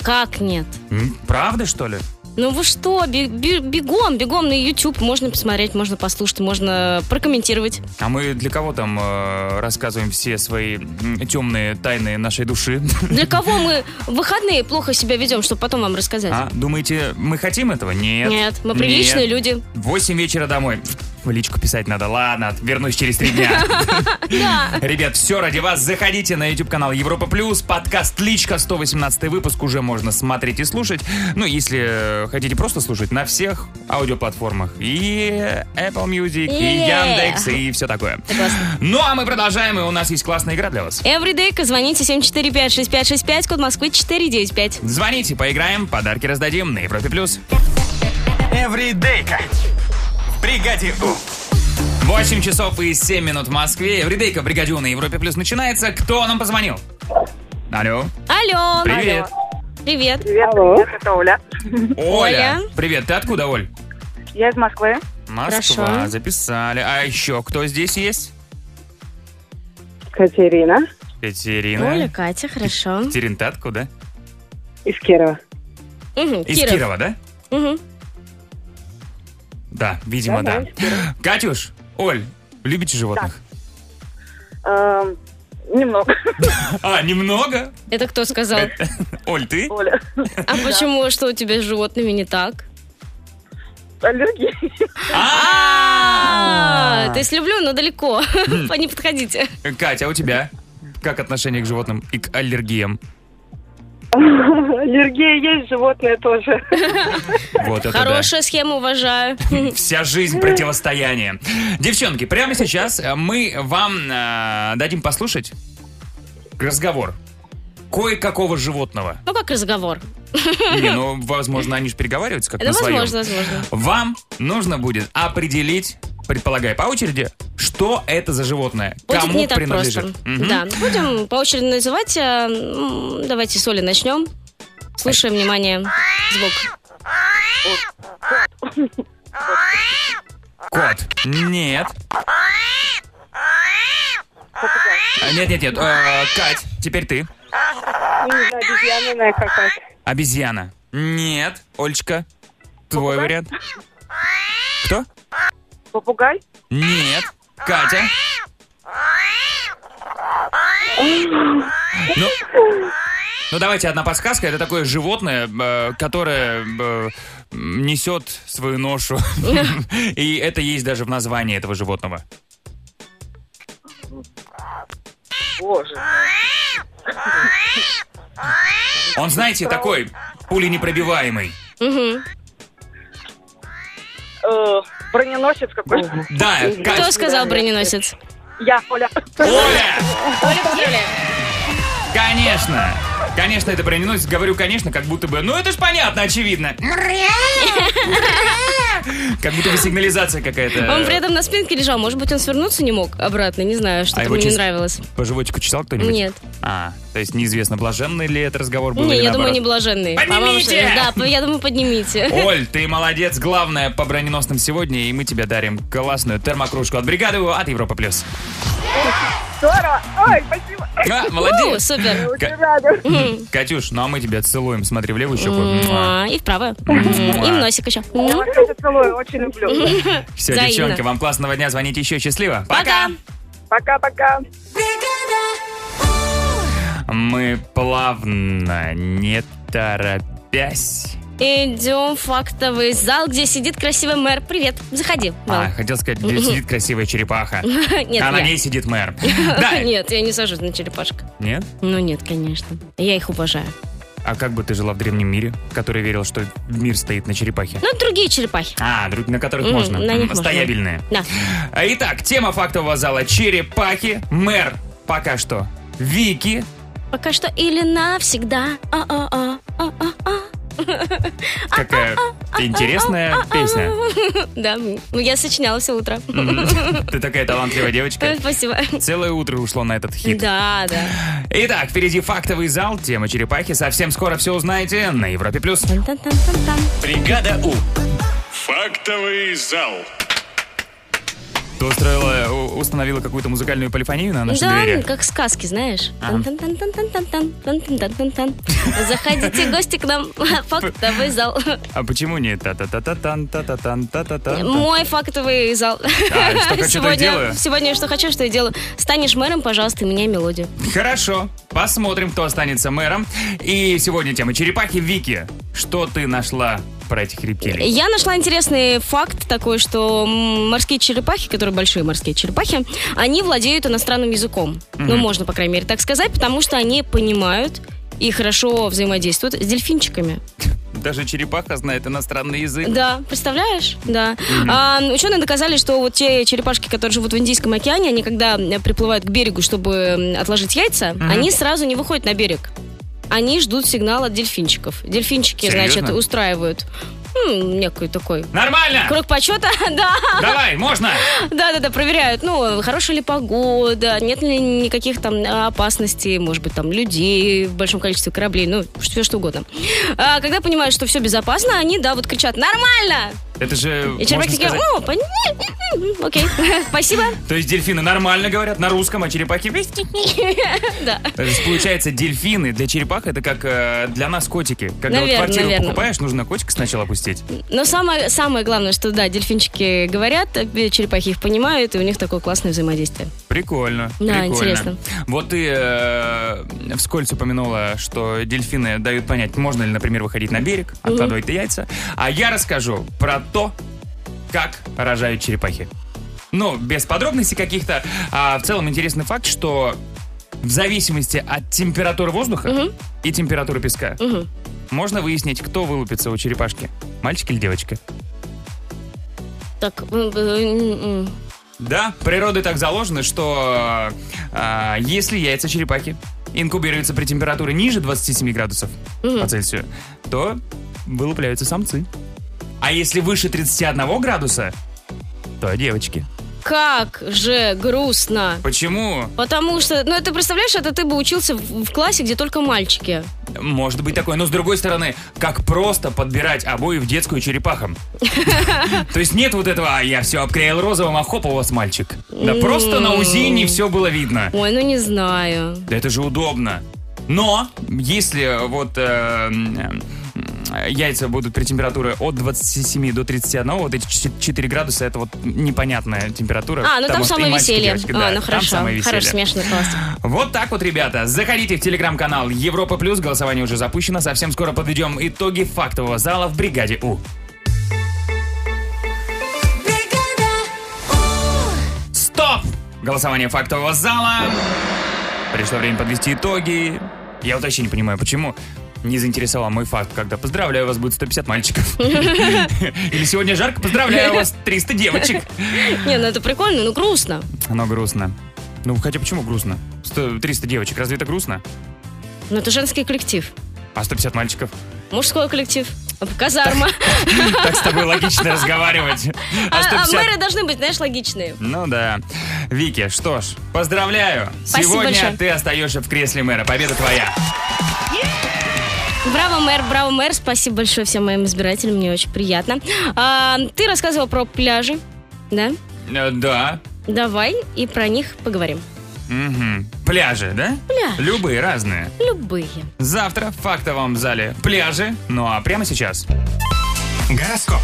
[SPEAKER 2] Как нет?
[SPEAKER 1] М, Правда, что ли?
[SPEAKER 2] Ну вы что, бе- бе- бегом, бегом на YouTube. Можно посмотреть, можно послушать, можно прокомментировать.
[SPEAKER 1] А мы для кого там э, рассказываем все свои м, темные тайны нашей души?
[SPEAKER 2] Для кого мы в выходные плохо себя ведем, чтобы потом вам рассказать?
[SPEAKER 1] А, думаете, мы А, хотим этого? Нет.
[SPEAKER 2] Нет, мы приличные
[SPEAKER 1] Нет.
[SPEAKER 2] люди.
[SPEAKER 1] Восемь вечера домой. В личку писать надо. Ладно, вернусь через три дня. Ребят, все ради вас. Заходите на YouTube-канал Европа Плюс. Подкаст «Личка», 118 выпуск уже можно смотреть и слушать. Ну, если э, хотите просто слушать, на всех аудиоплатформах. И Apple Music, и
[SPEAKER 2] Yeah.
[SPEAKER 1] Яндекс, и все такое. Ну, а мы продолжаем, и у нас есть классная игра для вас.
[SPEAKER 2] Everyday, звоните 745-6565, код Москвы 495.
[SPEAKER 1] Звоните, поиграем, подарки раздадим на Европе Плюс.
[SPEAKER 7] Эвридейка. В бригаде У.
[SPEAKER 1] 8 часов и 7 минут в Москве. Эвридейка бригадю на Европе Плюс начинается. Кто нам позвонил? Алло.
[SPEAKER 2] Алло.
[SPEAKER 1] Привет.
[SPEAKER 2] Привет.
[SPEAKER 12] Привет, привет, это Оля.
[SPEAKER 1] Оля. Привет, ты откуда, Оль?
[SPEAKER 12] Я из Москвы.
[SPEAKER 1] Москва,
[SPEAKER 12] Хорошо.
[SPEAKER 1] записали. А еще кто здесь есть?
[SPEAKER 12] Катерина.
[SPEAKER 1] Катерина.
[SPEAKER 2] Катя, хорошо.
[SPEAKER 1] Катерин, ты откуда?
[SPEAKER 12] Из Кирова.
[SPEAKER 1] Из Кирова, да? Да, видимо,
[SPEAKER 12] Да,
[SPEAKER 1] да.
[SPEAKER 12] да,
[SPEAKER 1] Катюш, Оль, любите животных?
[SPEAKER 12] Эм, Немного.
[SPEAKER 1] А, немного?
[SPEAKER 2] Это кто сказал?
[SPEAKER 1] Оль, ты?
[SPEAKER 12] Оля.
[SPEAKER 2] А почему, что у тебя с животными не так?
[SPEAKER 12] Аллергия.
[SPEAKER 2] А, То есть люблю, но далеко. Не подходите.
[SPEAKER 1] Катя, а у тебя? Как отношение к животным и к аллергиям?
[SPEAKER 12] Аллергия есть, животные тоже.
[SPEAKER 1] Вот это да.
[SPEAKER 2] Хорошая схема, уважаю.
[SPEAKER 1] Вся жизнь противостояние. Девчонки, прямо сейчас э, мы вам э, дадим послушать разговор кое-какого животного.
[SPEAKER 2] Ну, как разговор.
[SPEAKER 1] Не, ну, возможно, они же переговариваются как
[SPEAKER 2] Это
[SPEAKER 1] на своем.
[SPEAKER 2] возможно, возможно.
[SPEAKER 1] Вам нужно будет определить, предполагая по очереди, что это за животное,
[SPEAKER 2] Будет
[SPEAKER 1] кому
[SPEAKER 2] не так
[SPEAKER 1] принадлежит.
[SPEAKER 2] просто.
[SPEAKER 1] Мгм.
[SPEAKER 2] Да. ну, Будем по очереди называть. э, м, Давайте с Оли начнем. Слушаем, внимание, звук.
[SPEAKER 1] Кот. Нет. А, Нет, нет, нет. Э, Кать, теперь ты.
[SPEAKER 12] Не знаю, обезьянная какая-то.
[SPEAKER 1] Обезьяна. Нет. Олечка, твой вариант. Кто?
[SPEAKER 12] Попугай?
[SPEAKER 1] Нет. Катя. Ну, ну, давайте одна подсказка. Это такое животное, э, которое э, несет свою ношу. И это есть даже в названии этого животного.
[SPEAKER 12] Боже.
[SPEAKER 1] Он, знаете, такой пуленепробиваемый.
[SPEAKER 2] Мгм.
[SPEAKER 12] Э, Броненосец какой-то.
[SPEAKER 1] Да,
[SPEAKER 2] Кто сказал броненосец?
[SPEAKER 12] Я, Оля.
[SPEAKER 1] Оля!
[SPEAKER 2] Оля, поздравляю.
[SPEAKER 1] Конечно! Конечно, это броненосец. Говорю, конечно, как будто бы... Ну, это ж понятно, очевидно. Как будто бы сигнализация какая-то.
[SPEAKER 2] Он при этом на спинке лежал. Может быть, он свернуться не мог обратно, не знаю, что-то
[SPEAKER 1] А его
[SPEAKER 2] ему не
[SPEAKER 1] чис-
[SPEAKER 2] нравилось.
[SPEAKER 1] По животику читал кто-нибудь?
[SPEAKER 2] Нет.
[SPEAKER 1] А, то есть неизвестно, блаженный ли это разговор был
[SPEAKER 2] Не,
[SPEAKER 1] или
[SPEAKER 2] я думаю, не
[SPEAKER 1] наоборот.
[SPEAKER 2] блаженный.
[SPEAKER 1] Поднимите!
[SPEAKER 2] По-моему, что- Да, я думаю, поднимите.
[SPEAKER 1] Оль, ты молодец, главное по броненосным сегодня, и мы тебе дарим классную термокружку от бригады У» от Европа плюс.
[SPEAKER 12] Здорово. Ой, спасибо.
[SPEAKER 1] А, молодец.
[SPEAKER 2] У, супер.
[SPEAKER 1] Ка-
[SPEAKER 2] Мгм.
[SPEAKER 1] Катюш, ну а мы тебя целуем. Смотри в левую щеку.
[SPEAKER 2] Муа. И в правую. Мгм. И в носик еще. Ну,
[SPEAKER 12] Я вас тоже целую, очень люблю.
[SPEAKER 1] Все,
[SPEAKER 2] Взаимно.
[SPEAKER 1] девчонки, вам классного дня. Звоните еще. Счастливо.
[SPEAKER 2] Пока.
[SPEAKER 12] Пока-пока.
[SPEAKER 1] Мы плавно, не торопясь.
[SPEAKER 2] Идем в фактовый зал, где сидит красивый мэр. Привет, заходи.
[SPEAKER 1] А, хотел сказать, где сидит красивая черепаха.
[SPEAKER 2] Нет,
[SPEAKER 1] а на
[SPEAKER 2] я.
[SPEAKER 1] ней сидит мэр. Да.
[SPEAKER 2] Нет, я не сажусь на черепашек.
[SPEAKER 1] Нет?
[SPEAKER 2] Ну нет, конечно. Я их обожаю.
[SPEAKER 1] А как бы ты жила в древнем мире, который верил, что мир стоит на черепахе?
[SPEAKER 2] Ну, это другие черепахи.
[SPEAKER 1] А, друг- на которых
[SPEAKER 2] Мгм,
[SPEAKER 1] можно.
[SPEAKER 2] на них
[SPEAKER 1] М,
[SPEAKER 2] можно.
[SPEAKER 1] Стоябельные.
[SPEAKER 2] Да.
[SPEAKER 1] А, Итак, тема фактового зала черепахи. Мэр пока что. Вики.
[SPEAKER 2] Пока что или навсегда. А, А-а-а, а-а-а.
[SPEAKER 1] Какая интересная песня.
[SPEAKER 2] А,
[SPEAKER 1] Ну,
[SPEAKER 2] Да, ну я сочиняла все утро.
[SPEAKER 1] Мгм. Ты такая талантливая девочка.
[SPEAKER 2] Спасибо.
[SPEAKER 1] Целое утро ушло на этот хит.
[SPEAKER 2] Да, да.
[SPEAKER 1] Итак, впереди фактовый зал, тема черепахи. Совсем скоро все узнаете на Европе+. плюс. Бригада У.
[SPEAKER 13] Фактовый зал.
[SPEAKER 1] Ты устроила, у- э, установила какую-то музыкальную полифонию на нашей
[SPEAKER 2] да,
[SPEAKER 1] двери? А.
[SPEAKER 2] как сказки, знаешь.
[SPEAKER 1] Ага.
[SPEAKER 2] Тан-тан-тан-тан-тан-тан, тан-тан-тан-тан-тан. Заходите, гости, к нам. Фактовый зал.
[SPEAKER 1] А почему не та та та та та та та та та та та
[SPEAKER 2] Мой фактовый зал.
[SPEAKER 1] Да, А, что хочу, то и делаю.
[SPEAKER 2] сегодня что хочу, что и делаю. Станешь мэром, пожалуйста, меняй мелодию.
[SPEAKER 1] Хорошо, Посмотрим, кто останется мэром. И сегодня тема черепахи. Вики, что ты нашла про этих рептилий?
[SPEAKER 2] Я нашла интересный факт такой, что м, морские черепахи, которые большие морские черепахи, они владеют иностранным языком. Ну,
[SPEAKER 1] Мгм.
[SPEAKER 2] можно, по крайней мере, так сказать, потому что они понимают и хорошо взаимодействуют с дельфинчиками.
[SPEAKER 1] Даже черепаха знает иностранный язык.
[SPEAKER 2] Да, представляешь? Да.
[SPEAKER 1] Мгм.
[SPEAKER 2] А, ученые доказали, что вот те черепашки, которые живут в Индийском океане, они когда э, приплывают к берегу, чтобы м, отложить яйца,
[SPEAKER 14] Мгм.
[SPEAKER 2] они сразу не выходят на берег. Они ждут сигнал от дельфинчиков. Дельфинчики,
[SPEAKER 1] Серьезно?
[SPEAKER 2] значит, устраивают м, некую такой...
[SPEAKER 1] Нормально!
[SPEAKER 2] Круг почета, да.
[SPEAKER 1] Давай, можно?
[SPEAKER 2] Да-да-да, проверяют, ну, хорошая ли погода, нет ли никаких там а, опасностей, может быть, там, людей в большом количестве кораблей, ну, все что угодно. А, когда понимают, что все безопасно, они, да, вот кричат «Нормально!»
[SPEAKER 1] Это же,
[SPEAKER 2] И
[SPEAKER 1] можно
[SPEAKER 2] черепахи такие
[SPEAKER 1] сказать-
[SPEAKER 2] «О, пон- окей, спасибо».
[SPEAKER 1] То есть дельфины нормально говорят на русском, а черепахи...
[SPEAKER 2] Да.
[SPEAKER 1] То есть, получается, дельфины для черепах это как э, для нас котики. Когда вот
[SPEAKER 2] Наверное,
[SPEAKER 1] квартиру
[SPEAKER 2] наверное.
[SPEAKER 1] покупаешь, нужно котика сначала пустить.
[SPEAKER 2] Но самое, самое главное, что, да, дельфинчики говорят, э, черепахи их понимают, и у них такое классное взаимодействие.
[SPEAKER 1] Прикольно.
[SPEAKER 2] Да,
[SPEAKER 1] прикольно.
[SPEAKER 2] интересно.
[SPEAKER 1] Вот ты э, вскользь упомянула, что дельфины дают понять, можно ли, например, выходить на берег, откладывать яйца. А я расскажу про то, как рожают черепахи. Ну, без подробностей каких-то. А в целом интересный факт, что в зависимости от температуры воздуха и температуры песка можно выяснить, кто вылупится у черепашки. Мальчик или девочка?
[SPEAKER 2] Так, э, э, м, м.
[SPEAKER 1] Да, природой так заложено, что э, если яйца черепахи инкубируются при температуре ниже 27 градусов
[SPEAKER 2] Мгм.
[SPEAKER 1] по Цельсию, то вылупляются самцы. А если выше 31 градуса, то девочки.
[SPEAKER 2] как же грустно.
[SPEAKER 1] Почему?
[SPEAKER 2] Потому что, ну, ты представляешь, это ты бы учился в, в классе, где только мальчики.
[SPEAKER 1] Может быть такое. Но с другой стороны, как просто подбирать обои в детскую черепахам. То есть нет вот этого, а я все обклеил розовым, а хоп, у вас мальчик. Да просто на УЗИ не все было видно.
[SPEAKER 2] Ой, ну не знаю.
[SPEAKER 1] Да это же удобно. Но если вот э, м, э, яйца будут при температуре от 27 до 31, вот эти 4 градуса, это вот непонятная температура.
[SPEAKER 2] А, ну там
[SPEAKER 1] потому что и
[SPEAKER 2] самое
[SPEAKER 1] мальчики, и
[SPEAKER 2] веселье.
[SPEAKER 1] девочки, да,
[SPEAKER 2] А, ну
[SPEAKER 1] там
[SPEAKER 2] хорошо.
[SPEAKER 1] самое веселье.
[SPEAKER 2] Хороший смешанный класс.
[SPEAKER 1] Вот так вот, ребята. Заходите в телеграм-канал Европа Плюс. Голосование уже запущено. Совсем скоро подведем итоги фактового зала в бригаде У. Стоп! Голосование фактового зала. Пришло время подвести итоги. Я вот вообще не понимаю, почему не заинтересовал мой факт, когда поздравляю вас, будет 150 мальчиков. Или сегодня жарко, поздравляю вас, 300 девочек.
[SPEAKER 2] Не, ну это прикольно, ну грустно.
[SPEAKER 1] Оно грустно. Ну, хотя почему грустно? Сто- 300 девочек, разве это грустно?
[SPEAKER 2] Но Ну, это женский коллектив.
[SPEAKER 1] А 150 мальчиков?
[SPEAKER 2] Мужской коллектив. Казарма.
[SPEAKER 1] Так с тобой логично разговаривать.
[SPEAKER 2] А,
[SPEAKER 1] А
[SPEAKER 2] а
[SPEAKER 1] 150?
[SPEAKER 2] мэры должны быть, знаешь, логичные.
[SPEAKER 1] Ну да. Вики, что ж, поздравляю.
[SPEAKER 2] Спасибо
[SPEAKER 1] Сегодня
[SPEAKER 2] большое.
[SPEAKER 1] ты остаешься в кресле мэра. Победа твоя.
[SPEAKER 2] Браво, мэр, браво, мэр. Спасибо большое всем моим избирателям, мне очень приятно. А, ты рассказывал про пляжи, да?
[SPEAKER 1] Э, Да.
[SPEAKER 2] Давай и про них поговорим.
[SPEAKER 1] Мгм. Пляжи, да?
[SPEAKER 2] Пляж.
[SPEAKER 1] Любые, разные.
[SPEAKER 2] Любые.
[SPEAKER 1] Завтра в фактовом зале пляжи. Ну а прямо сейчас. Гороскоп.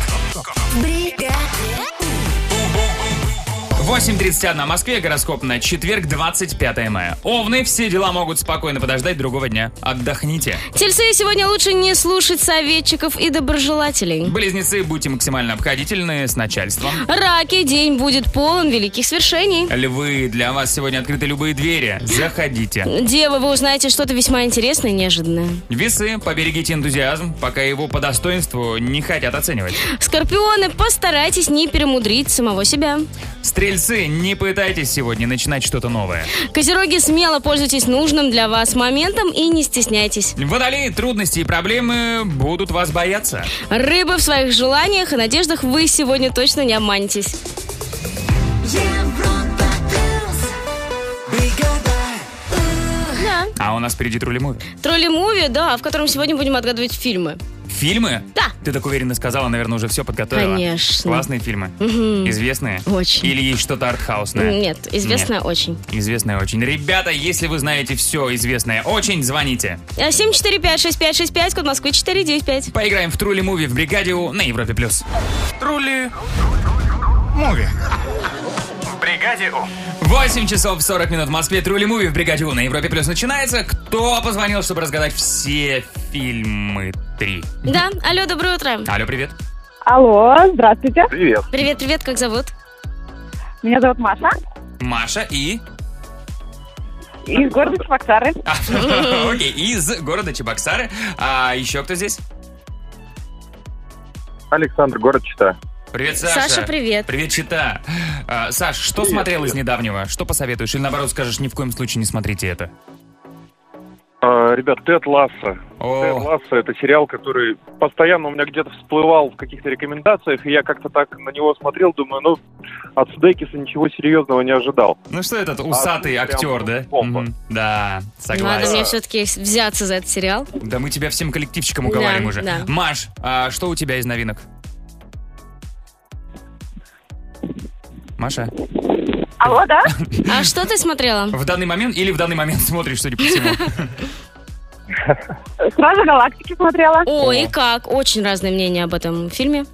[SPEAKER 1] 8.31 в Москве, гороскоп на четверг, 25 мая. Овны, все дела могут спокойно подождать другого дня. Отдохните.
[SPEAKER 2] Тельцы сегодня лучше не слушать советчиков и доброжелателей.
[SPEAKER 1] Близнецы, будьте максимально обходительны с начальством.
[SPEAKER 2] Раки, день будет полон великих свершений.
[SPEAKER 1] Львы, для вас сегодня открыты любые двери. Заходите.
[SPEAKER 2] Девы, вы узнаете что-то весьма интересное и неожиданное.
[SPEAKER 1] Весы, поберегите энтузиазм, пока его по достоинству не хотят оценивать.
[SPEAKER 2] Скорпионы, постарайтесь не перемудрить самого себя.
[SPEAKER 1] Стрельцы, не пытайтесь сегодня начинать что-то новое.
[SPEAKER 2] Козероги, смело пользуйтесь нужным для вас моментом и не стесняйтесь.
[SPEAKER 1] Водолеи, трудности и проблемы будут вас бояться.
[SPEAKER 2] Рыбы в своих желаниях и надеждах вы сегодня точно не обманетесь. Да.
[SPEAKER 1] А у нас впереди трулимуви.
[SPEAKER 2] Тролли муви, да, в котором сегодня будем отгадывать фильмы.
[SPEAKER 1] Фильмы?
[SPEAKER 2] Да.
[SPEAKER 1] Ты так уверенно сказала, наверное, уже все подготовила.
[SPEAKER 2] Конечно.
[SPEAKER 1] Классные фильмы.
[SPEAKER 2] Мгм.
[SPEAKER 1] Известные?
[SPEAKER 2] Очень.
[SPEAKER 1] Или есть что-то артхаусное?
[SPEAKER 2] Нет, известная
[SPEAKER 1] Нет.
[SPEAKER 2] очень.
[SPEAKER 1] Известное очень. Ребята, если вы знаете все известное очень, звоните.
[SPEAKER 2] А, 745-6565, код Москвы 495.
[SPEAKER 1] Поиграем в Трули Муви в бригаде У на Европе плюс. Трули. Муви.
[SPEAKER 7] В бригаде У.
[SPEAKER 1] 8 часов 40 минут в Москве. Трули Муви в бригаде У на Европе Плюс начинается. Кто позвонил, чтобы разгадать все фильмы 3?
[SPEAKER 2] Да, алло, доброе утро.
[SPEAKER 1] Алло, привет.
[SPEAKER 12] Алло, здравствуйте.
[SPEAKER 1] Привет.
[SPEAKER 2] Привет, привет, как зовут?
[SPEAKER 12] Меня зовут Маша
[SPEAKER 1] Маша и...
[SPEAKER 12] из города Чебоксары.
[SPEAKER 1] Окей, из города Чебоксары. А еще кто здесь?
[SPEAKER 14] Александр, город Чита.
[SPEAKER 1] Привет, Саша.
[SPEAKER 2] Саша, привет.
[SPEAKER 1] Привет, Чита. А, Саш, что смотрел из недавнего? Что посоветуешь? Или наоборот скажешь, ни в коем случае не смотрите это?
[SPEAKER 14] А, ребят, Тед Ласса. Тед Ласса это сериал, который постоянно у меня где-то всплывал в каких-то рекомендациях, и я как-то так на него смотрел, думаю, ну, от Судейкиса ничего серьезного не ожидал.
[SPEAKER 1] Ну что этот усатый
[SPEAKER 14] А, прям
[SPEAKER 1] актер, да? Мгм. Да,
[SPEAKER 2] Надо мне
[SPEAKER 1] согласен.
[SPEAKER 2] все-таки взяться за этот сериал.
[SPEAKER 1] Да мы тебя всем коллективчиком
[SPEAKER 2] Да,
[SPEAKER 1] уговорим уже.
[SPEAKER 2] да.
[SPEAKER 1] Маш, а что у тебя из новинок? Маша,
[SPEAKER 12] Алло, да?
[SPEAKER 2] А что ты смотрела?
[SPEAKER 1] в данный момент или в данный момент смотришь, судя по всему?
[SPEAKER 12] Сразу «Галактики» смотрела.
[SPEAKER 2] О, и как? Очень разные мнения об этом фильме.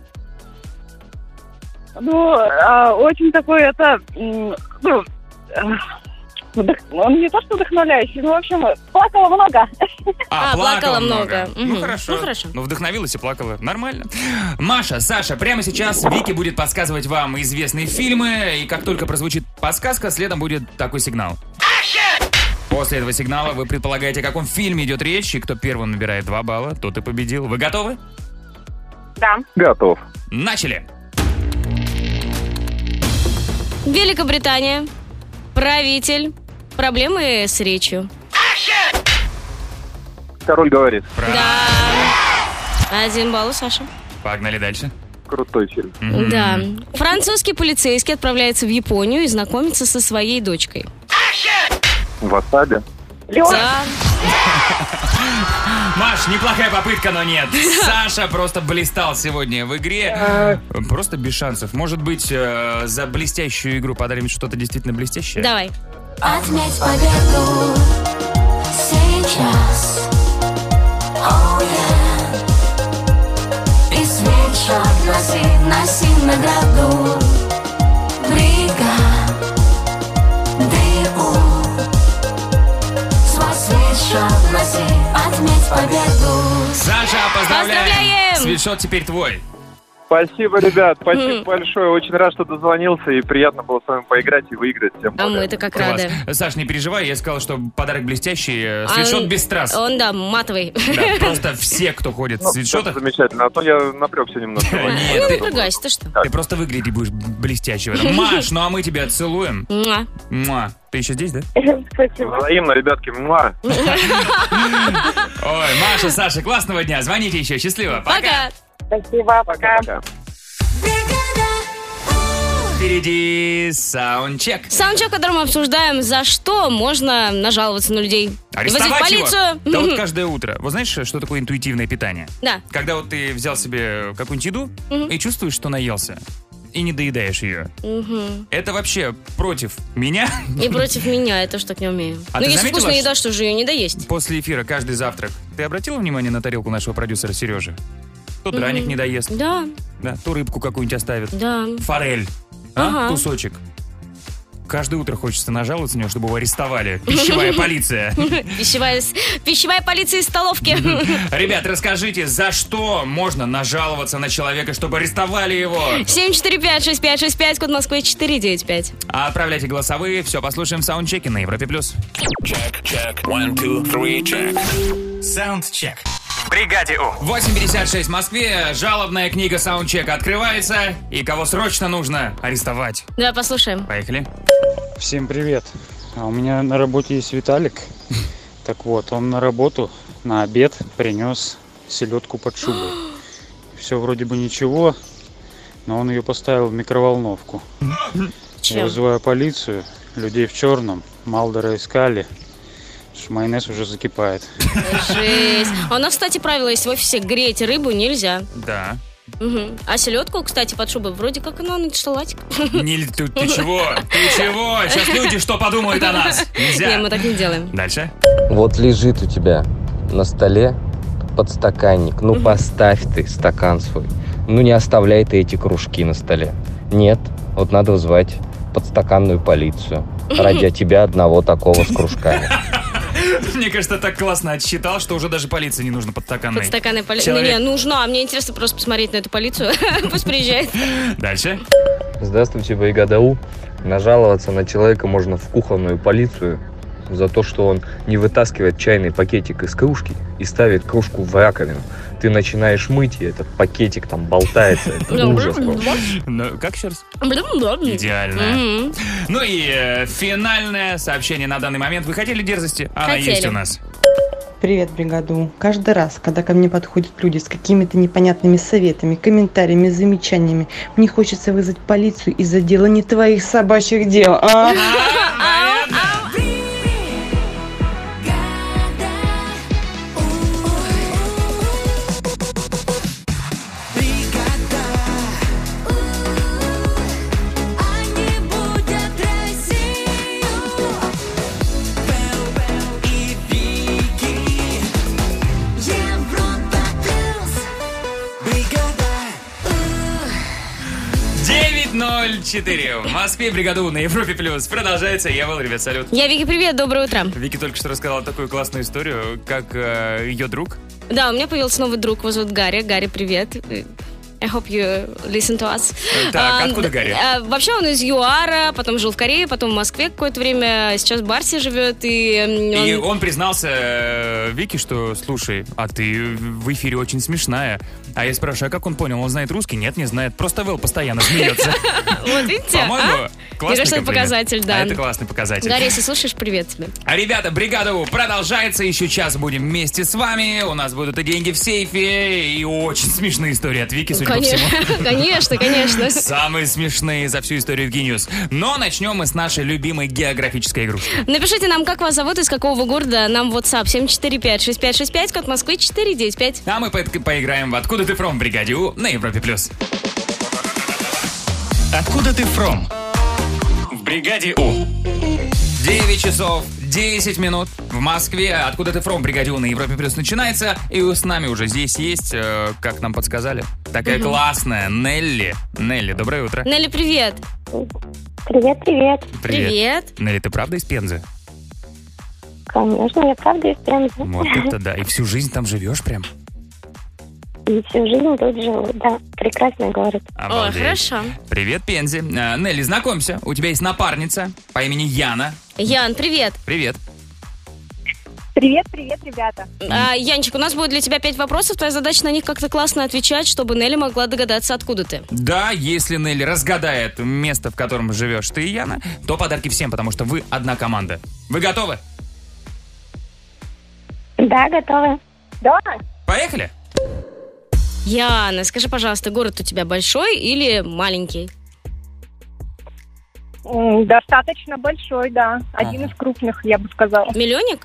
[SPEAKER 12] Ну, а, очень такой это... м, Ну, э, вдох- он не то что вдохновляющий, но, в общем, плакала много.
[SPEAKER 1] А,
[SPEAKER 2] А, плакала много.
[SPEAKER 1] Ну
[SPEAKER 2] Мгм.
[SPEAKER 1] хорошо.
[SPEAKER 2] Ну, хорошо.
[SPEAKER 1] Ну вдохновилась и плакала. Нормально. Маша, Саша, прямо сейчас Вики будет подсказывать вам известные фильмы, и как только прозвучит подсказка, следом будет такой сигнал. После этого сигнала вы предполагаете, о каком фильме идет речь, и кто первым набирает 2 балла, тот и победил. Вы готовы?
[SPEAKER 12] Да.
[SPEAKER 14] Готов.
[SPEAKER 1] Начали.
[SPEAKER 2] Великобритания. Правитель. Проблемы с речью.
[SPEAKER 14] Король говорит.
[SPEAKER 2] Один балл у Саши.
[SPEAKER 1] Погнали дальше.
[SPEAKER 14] Крутой фильм.
[SPEAKER 2] Да. Французский полицейский отправляется в Японию и знакомится со своей дочкой.
[SPEAKER 14] Васаби.
[SPEAKER 2] Да.
[SPEAKER 1] Маш, неплохая попытка, но нет. Саша просто блистал сегодня в игре. Просто без шансов. Может быть, э, за блестящую игру подарим что-то действительно блестящее?
[SPEAKER 2] Давай.
[SPEAKER 4] Отметь победу сейчас. Oh, yeah. И свечу относи, носи награду. Брига, ДУ. Свой свечу относи, отметь победу.
[SPEAKER 1] Саша, поздравляем!
[SPEAKER 4] Поздравляем!
[SPEAKER 1] Свитшот теперь твой.
[SPEAKER 14] Спасибо, ребят, спасибо большое. Очень рад, что дозвонился, и приятно было с вами поиграть и выиграть. Всем
[SPEAKER 2] А мы-то как
[SPEAKER 1] Класс.
[SPEAKER 2] рады.
[SPEAKER 1] Саш, не переживай, я сказал, что подарок блестящий. э, Свитшот
[SPEAKER 2] Он-
[SPEAKER 1] без трасс.
[SPEAKER 2] А, Он, да, матовый.
[SPEAKER 1] Да, просто все, кто ходит
[SPEAKER 15] Ну,
[SPEAKER 1] в свитшотах... э,
[SPEAKER 14] Замечательно, а то я напрягся немножко.
[SPEAKER 1] Нет,
[SPEAKER 2] Ну,
[SPEAKER 1] ты,
[SPEAKER 2] напрягайся, ты что?
[SPEAKER 1] ты просто выглядеть будешь блестяще в этом. Маш, ну а мы тебя целуем.
[SPEAKER 2] Муа.
[SPEAKER 1] Муа. Ты еще здесь, да?
[SPEAKER 14] Взаимно, ребятки. Муа.
[SPEAKER 1] Ой, Маша, Саша, классного дня. Звоните еще. Счастливо.
[SPEAKER 2] Пока.
[SPEAKER 12] Спасибо, пока.
[SPEAKER 1] Впереди саундчек.
[SPEAKER 2] Саундчек, который мы обсуждаем, за что можно нажаловаться на людей. Вызвать
[SPEAKER 1] Арестовать его?
[SPEAKER 2] полицию.
[SPEAKER 1] Да вот каждое утро. Вот знаешь, что такое интуитивное питание?
[SPEAKER 2] Да.
[SPEAKER 1] Когда вот ты взял себе какую-нибудь еду и чувствуешь, что наелся, и не доедаешь ее.
[SPEAKER 2] Мгм.
[SPEAKER 1] Это вообще против меня.
[SPEAKER 2] И против меня, я тоже так не умею.
[SPEAKER 1] А
[SPEAKER 2] ну,
[SPEAKER 1] ты
[SPEAKER 2] если
[SPEAKER 1] заметила,
[SPEAKER 2] вкусная
[SPEAKER 1] что-
[SPEAKER 2] еда, что же ее не доесть?
[SPEAKER 1] После эфира каждый завтрак. Ты обратила внимание на тарелку нашего продюсера Сережи? То драник
[SPEAKER 2] Мгм.
[SPEAKER 1] не доест,
[SPEAKER 2] Да,
[SPEAKER 1] да, то рыбку какую-нибудь оставит.
[SPEAKER 2] да.
[SPEAKER 1] Форель. А?
[SPEAKER 2] Ага.
[SPEAKER 1] Кусочек. Каждое утро хочется нажаловаться на него, чтобы его арестовали. Пищевая полиция.
[SPEAKER 2] Пищевая, с- пищевая полиция из столовки.
[SPEAKER 1] Ребят, расскажите, за что можно нажаловаться на человека, чтобы арестовали его?
[SPEAKER 2] 745-6565, код Москвы 495.
[SPEAKER 1] А Отправляйте голосовые, все послушаем в саундчеке на Европе+. плюс. Саундчек.
[SPEAKER 7] В бригаде У.
[SPEAKER 1] 8.56 в Москве, жалобная книга саундчека открывается, и кого срочно нужно арестовать.
[SPEAKER 2] Давай послушаем.
[SPEAKER 1] Поехали.
[SPEAKER 16] Всем привет. А у меня на работе есть Виталик. Так вот, он на работу на обед принес селедку под шубу. Все вроде бы ничего, но он ее поставил в микроволновку. Я
[SPEAKER 17] Чем?
[SPEAKER 16] вызываю полицию, людей в черном, Малдера искали. потому что Майонез уже закипает.
[SPEAKER 2] Жесть. А у нас, кстати, правило есть в офисе греть рыбу нельзя.
[SPEAKER 1] Да.
[SPEAKER 2] Мгм. А селедку, кстати, под шубой вроде как она на салатик.
[SPEAKER 1] Не, ты, ты чего? Ты чего? Сейчас люди что подумают о нас?
[SPEAKER 2] Не,
[SPEAKER 1] Нельзя.
[SPEAKER 2] мы так не делаем.
[SPEAKER 1] Дальше.
[SPEAKER 15] Вот лежит у тебя на столе подстаканник. Ну, поставь ты стакан свой. Ну, не оставляй ты эти кружки на столе. Нет, вот надо вызывать подстаканную полицию. ради тебя одного такого с кружками.
[SPEAKER 1] Мне кажется, так классно отсчитал, что уже даже полиции не нужно подстаканной.
[SPEAKER 2] Подстаканная полиция. Не,
[SPEAKER 1] Человек-
[SPEAKER 2] не, нужна. Мне интересно просто посмотреть на эту полицию. Пусть приезжает.
[SPEAKER 1] Дальше.
[SPEAKER 15] Здравствуйте, бригада У. Нажаловаться на человека можно в кухонную полицию за то, что он не вытаскивает чайный пакетик из кружки и ставит кружку в раковину. Ты начинаешь мыть, и этот пакетик там болтается. Это ужас просто.
[SPEAKER 1] Ну, как еще раз?
[SPEAKER 2] Идеально.
[SPEAKER 1] Идеально. Ну и э, финальное сообщение на данный момент. Вы хотели дерзости? Она
[SPEAKER 10] Хотели.
[SPEAKER 1] есть у нас.
[SPEAKER 17] Привет, бригаду. Каждый раз, когда ко мне подходят люди с какими-то непонятными советами, комментариями, замечаниями, мне хочется вызвать полицию из-за дела не твоих собачьих дел, а?
[SPEAKER 4] Бригада
[SPEAKER 1] 9.04. В Москве бригаду на Европе Плюс. Продолжается. Я был, ребят, салют.
[SPEAKER 2] Я Вики, привет, доброе утро.
[SPEAKER 1] Вики только что рассказала такую классную историю, как э, ее друг.
[SPEAKER 2] Да, у меня появился новый друг, его зовут Гарри. Гарри, привет. I hope you listen to us.
[SPEAKER 1] Так,
[SPEAKER 2] А,
[SPEAKER 1] откуда
[SPEAKER 2] д-
[SPEAKER 1] Гарри?
[SPEAKER 2] а, вообще он из ЮАРа, потом жил в Корее, потом в Москве какое-то время, сейчас в Барсе живет. И, м,
[SPEAKER 1] И
[SPEAKER 2] он-
[SPEAKER 1] он признался э, Вики, что, слушай, а ты в эфире очень смешная. А я спрашиваю, а как он понял, он знает русский? Нет, не знает. Просто Вэл постоянно смеется.
[SPEAKER 2] Вот видите,
[SPEAKER 1] По-моему,
[SPEAKER 2] а?
[SPEAKER 1] классный
[SPEAKER 2] Мне кажется, это
[SPEAKER 1] комплимент.
[SPEAKER 2] показатель, да.
[SPEAKER 1] А это классный показатель.
[SPEAKER 2] Гарри, если слушаешь, привет тебе.
[SPEAKER 1] А, Ребята, бригада У продолжается. Еще час будем вместе с вами. У нас будут и деньги в сейфе, и очень смешные истории от Вики, судя
[SPEAKER 2] Конечно,
[SPEAKER 1] по всему.
[SPEAKER 2] конечно, конечно.
[SPEAKER 1] Самые смешные за всю историю Гениус. Но начнем мы с нашей любимой географической игрушки.
[SPEAKER 2] Напишите нам, как вас зовут, из какого вы города. Нам в WhatsApp 745-6565, код Москвы 495.
[SPEAKER 1] А мы по- поиграем в «Откуда ты фром?» бригаде У на Европе+. плюс.
[SPEAKER 7] Откуда ты фром? В бригаде У.
[SPEAKER 1] 9 часов 10 минут в Москве. Откуда ты фром, бригадю на Европе Плюс начинается. И с нами уже здесь есть, э, как нам подсказали, такая
[SPEAKER 2] Мгм.
[SPEAKER 1] классная Нелли. Нелли, доброе утро.
[SPEAKER 2] Нелли, привет.
[SPEAKER 18] Привет, привет.
[SPEAKER 2] Привет.
[SPEAKER 1] Нелли, ты правда из Пензы?
[SPEAKER 18] Конечно, я правда из Пензы.
[SPEAKER 1] Ну, Вот это да. И всю жизнь там живешь прям?
[SPEAKER 18] И всю жизнь тут живу, да. Прекрасный город.
[SPEAKER 1] Обалдеть.
[SPEAKER 2] хорошо.
[SPEAKER 1] Привет, Пензе. Э, Нелли, знакомься. У тебя есть напарница по имени Яна.
[SPEAKER 2] Ян, привет.
[SPEAKER 1] Привет.
[SPEAKER 2] Привет, привет, ребята. А, Янчик, у нас будет для тебя пять вопросов. Твоя задача на них как-то классно отвечать, чтобы Нелли могла догадаться, откуда ты.
[SPEAKER 1] Да, если Нелли разгадает место, в котором живешь ты и Яна, то подарки всем, потому что вы одна команда. Вы готовы?
[SPEAKER 18] Да, готовы? Да.
[SPEAKER 1] Поехали?
[SPEAKER 2] Яна, скажи, пожалуйста, город у тебя большой или маленький?
[SPEAKER 12] М, Достаточно большой, да. Один из крупных, я бы сказала.
[SPEAKER 2] Миллионник?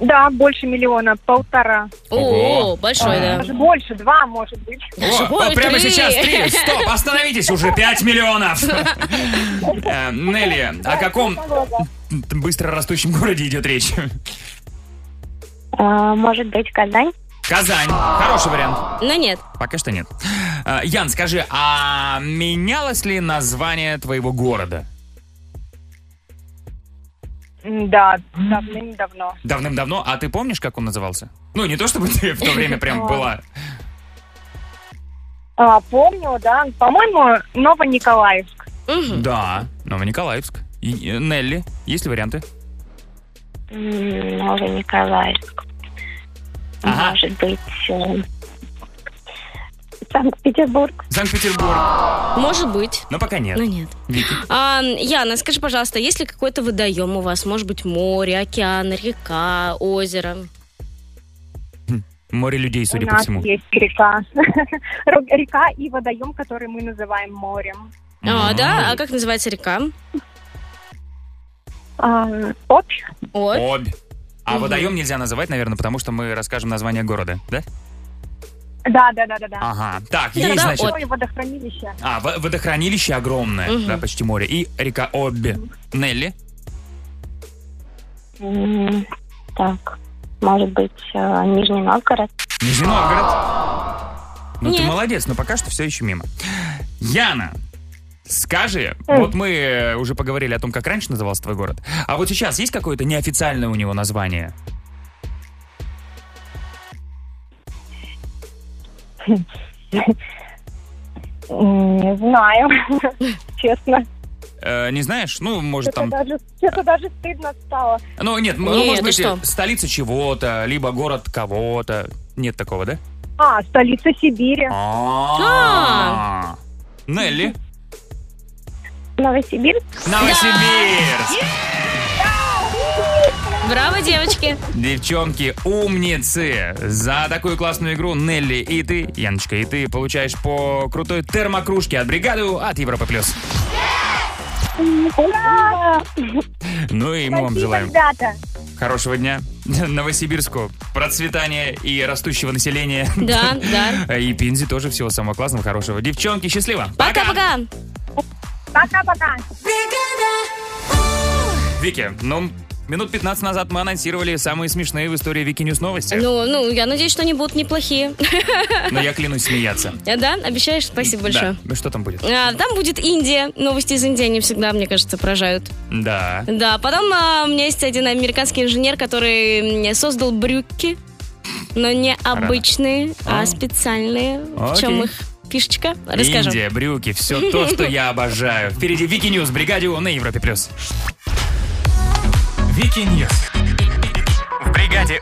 [SPEAKER 12] Да, больше миллиона, полтора.
[SPEAKER 1] Ого. О, большой, да.
[SPEAKER 12] Даже больше, два, может быть.
[SPEAKER 1] О, вот прямо сейчас три. Стоп, остановитесь уже, 5 миллионов. Э, Нелли, о каком быстро растущем городе идет речь?
[SPEAKER 18] А, может быть, Казань?
[SPEAKER 1] Казань. Хороший вариант.
[SPEAKER 2] Но нет.
[SPEAKER 1] Пока что нет. Э, Ян, скажи, а менялось ли название твоего города?
[SPEAKER 12] М, Да, давным-давно.
[SPEAKER 1] Давным-давно, а ты помнишь, как он назывался? Ну, не то чтобы ты в то время прям была.
[SPEAKER 12] Ну. А, помню, да. По-моему, Новониколаевск.
[SPEAKER 1] Да, Новониколаевск. И- э, Нелли, есть ли варианты?
[SPEAKER 18] М, Новониколаевск. Может быть, э, Санкт-Петербург.
[SPEAKER 1] Санкт-Петербург.
[SPEAKER 2] Может быть.
[SPEAKER 1] Но пока нет.
[SPEAKER 2] Но нет.
[SPEAKER 1] Вики.
[SPEAKER 2] А, Яна, скажи, пожалуйста, есть ли какой-то водоем у вас? Может быть, море, океан, река, озеро?
[SPEAKER 1] Море людей, судя
[SPEAKER 12] У
[SPEAKER 1] по
[SPEAKER 12] нас
[SPEAKER 1] всему.
[SPEAKER 12] есть река. Ру- Река и водоем, который мы называем морем.
[SPEAKER 2] А, да? А как называется река?
[SPEAKER 18] А,
[SPEAKER 12] Обь.
[SPEAKER 1] Обь. А
[SPEAKER 12] Мгм.
[SPEAKER 1] водоем нельзя называть, наверное, потому что мы расскажем название города, да?
[SPEAKER 12] Да, да, да, да, да.
[SPEAKER 1] Ага. Так, есть, значит...
[SPEAKER 12] Ой, водохранилище.
[SPEAKER 1] А, во- водохранилище огромное,
[SPEAKER 12] Мгм.
[SPEAKER 1] да, почти море. И река Обби. Нелли?
[SPEAKER 18] М, Так, может быть, э, Нижний Новгород.
[SPEAKER 1] Нижний Новгород? Ну, ты
[SPEAKER 18] Нет.
[SPEAKER 1] молодец, но пока что все еще мимо. Яна, Скажи, вот мы э, уже поговорили о том, как раньше назывался твой город. А вот сейчас есть какое-то неофициальное у него название?
[SPEAKER 19] Не знаю, честно.
[SPEAKER 1] Э, не знаешь? Ну, может,
[SPEAKER 19] Что-то
[SPEAKER 1] там...
[SPEAKER 19] даже, что-то даже стыдно стало.
[SPEAKER 1] Ну, нет, м- ну,
[SPEAKER 19] Нет,
[SPEAKER 1] может
[SPEAKER 19] ты
[SPEAKER 1] быть,
[SPEAKER 19] что?
[SPEAKER 1] столица чего-то, либо город кого-то. Нет такого, да?
[SPEAKER 19] А, столица Сибири.
[SPEAKER 1] А. Нелли.
[SPEAKER 18] Новосибирск?
[SPEAKER 1] Новосибирск!
[SPEAKER 2] Браво, девочки!
[SPEAKER 1] Девчонки, умницы! За такую классную игру Нелли и ты, Яночка, и ты получаешь по крутой термокружке от бригады У от Европа плюс.
[SPEAKER 19] Ура!
[SPEAKER 1] Ну и мы вам желаем
[SPEAKER 19] Ребята,
[SPEAKER 1] хорошего дня, Новосибирску, процветания и растущего населения.
[SPEAKER 2] Да,
[SPEAKER 1] да. И Пинзи тоже всего самого классного, хорошего. Девчонки, счастливо!
[SPEAKER 2] Пока-пока!
[SPEAKER 19] Пока-пока.
[SPEAKER 1] Вики, ну, минут 15 назад мы анонсировали самые смешные в истории Вики Ньюс новости.
[SPEAKER 2] Ну, ну, я надеюсь, что они будут неплохие.
[SPEAKER 1] Но я клянусь смеяться.
[SPEAKER 2] Э, Да, обещаешь? Спасибо большое.
[SPEAKER 1] Да. Ну, Что там будет?
[SPEAKER 2] А, Там будет Индия. Новости из Индии, они всегда, мне кажется, поражают.
[SPEAKER 1] Да.
[SPEAKER 2] Да, потом а, у меня есть один американский инженер, который м, создал брюки, но не обычные, а
[SPEAKER 1] А.
[SPEAKER 2] специальные. В чем
[SPEAKER 1] Окей.
[SPEAKER 2] их фишечка? Расскажу.
[SPEAKER 1] Индия, брюки, все то, что я обожаю. Впереди Вики Ньюс, бригаде У на Европе плюс. Вики Ньюс. В бригаде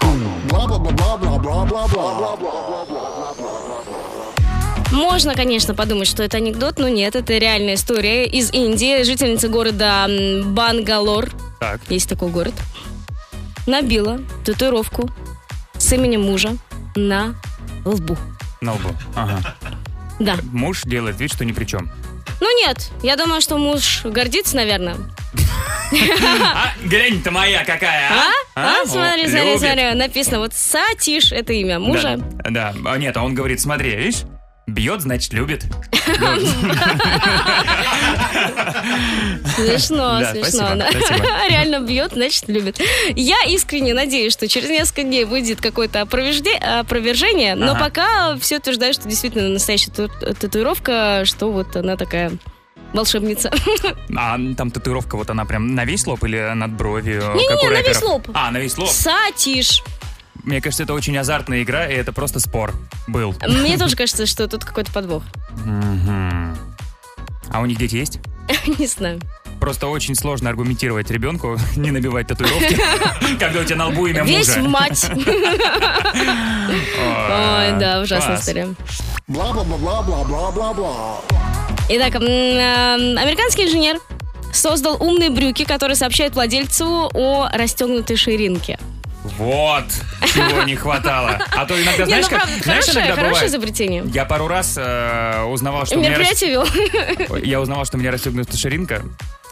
[SPEAKER 2] Можно, конечно, подумать, что это анекдот, но нет, это реальная история из Индии. Жительница города м, Бангалор,
[SPEAKER 1] Так.
[SPEAKER 2] есть такой город, набила татуировку с именем мужа на лбу.
[SPEAKER 1] На лбу. Ага.
[SPEAKER 2] Да.
[SPEAKER 1] Муж делает вид, что ни при чем.
[SPEAKER 2] Ну нет, я думаю, что муж гордится, наверное.
[SPEAKER 1] А, глянь-то моя какая, а?
[SPEAKER 2] А,
[SPEAKER 1] О,
[SPEAKER 2] смотри, смотри,
[SPEAKER 1] любит.
[SPEAKER 2] смотри, написано вот Сатиш, это имя мужа.
[SPEAKER 1] Да, да. А, нет, а он говорит, смотри, видишь, бьет, значит, любит.
[SPEAKER 2] Ну, Смешно,
[SPEAKER 1] Да,
[SPEAKER 2] смешно.
[SPEAKER 1] спасибо,
[SPEAKER 2] да.
[SPEAKER 1] спасибо.
[SPEAKER 2] Реально бьет, значит, любит. Я искренне надеюсь, что через несколько дней выйдет какое-то опровержде- опровержение, но
[SPEAKER 1] Ага.
[SPEAKER 2] пока все утверждают, что действительно настоящая ту- татуировка, что вот она такая волшебница.
[SPEAKER 1] А там татуировка, вот она прям на весь лоб или над бровью?
[SPEAKER 2] Не-не-не,
[SPEAKER 1] как у
[SPEAKER 2] на весь
[SPEAKER 1] рэперов?
[SPEAKER 2] лоб.
[SPEAKER 1] А, на весь лоб.
[SPEAKER 2] Сатиш.
[SPEAKER 1] Мне кажется, это очень азартная игра, и это просто спор был.
[SPEAKER 2] Мне тоже кажется, что тут какой-то подвох.
[SPEAKER 1] Мгм. А у них дети есть?
[SPEAKER 2] Не знаю.
[SPEAKER 1] Просто очень сложно аргументировать ребенку, не набивать татуировки, когда у тебя на лбу имя мужа.
[SPEAKER 2] Весь в мать. Ой,
[SPEAKER 1] Ой,
[SPEAKER 2] да, ужасная
[SPEAKER 1] класс.
[SPEAKER 2] история.
[SPEAKER 4] Бла-бла-бла-бла-бла-бла-бла.
[SPEAKER 2] Итак, м, э, американский инженер создал умные брюки, которые сообщают владельцу о расстегнутой ширинке.
[SPEAKER 1] Вот, чего не хватало. А то иногда,
[SPEAKER 2] Не,
[SPEAKER 1] знаешь,
[SPEAKER 2] ну
[SPEAKER 1] как...
[SPEAKER 2] правда, это
[SPEAKER 1] знаешь,
[SPEAKER 2] хорошее,
[SPEAKER 1] иногда
[SPEAKER 2] хорошее
[SPEAKER 1] бывает-
[SPEAKER 2] изобретение.
[SPEAKER 1] Я пару раз э, узнавал, что у меня... рас-
[SPEAKER 2] Мероприятие вел.
[SPEAKER 1] Ой, Я узнавал, что у меня расстегнута ширинка,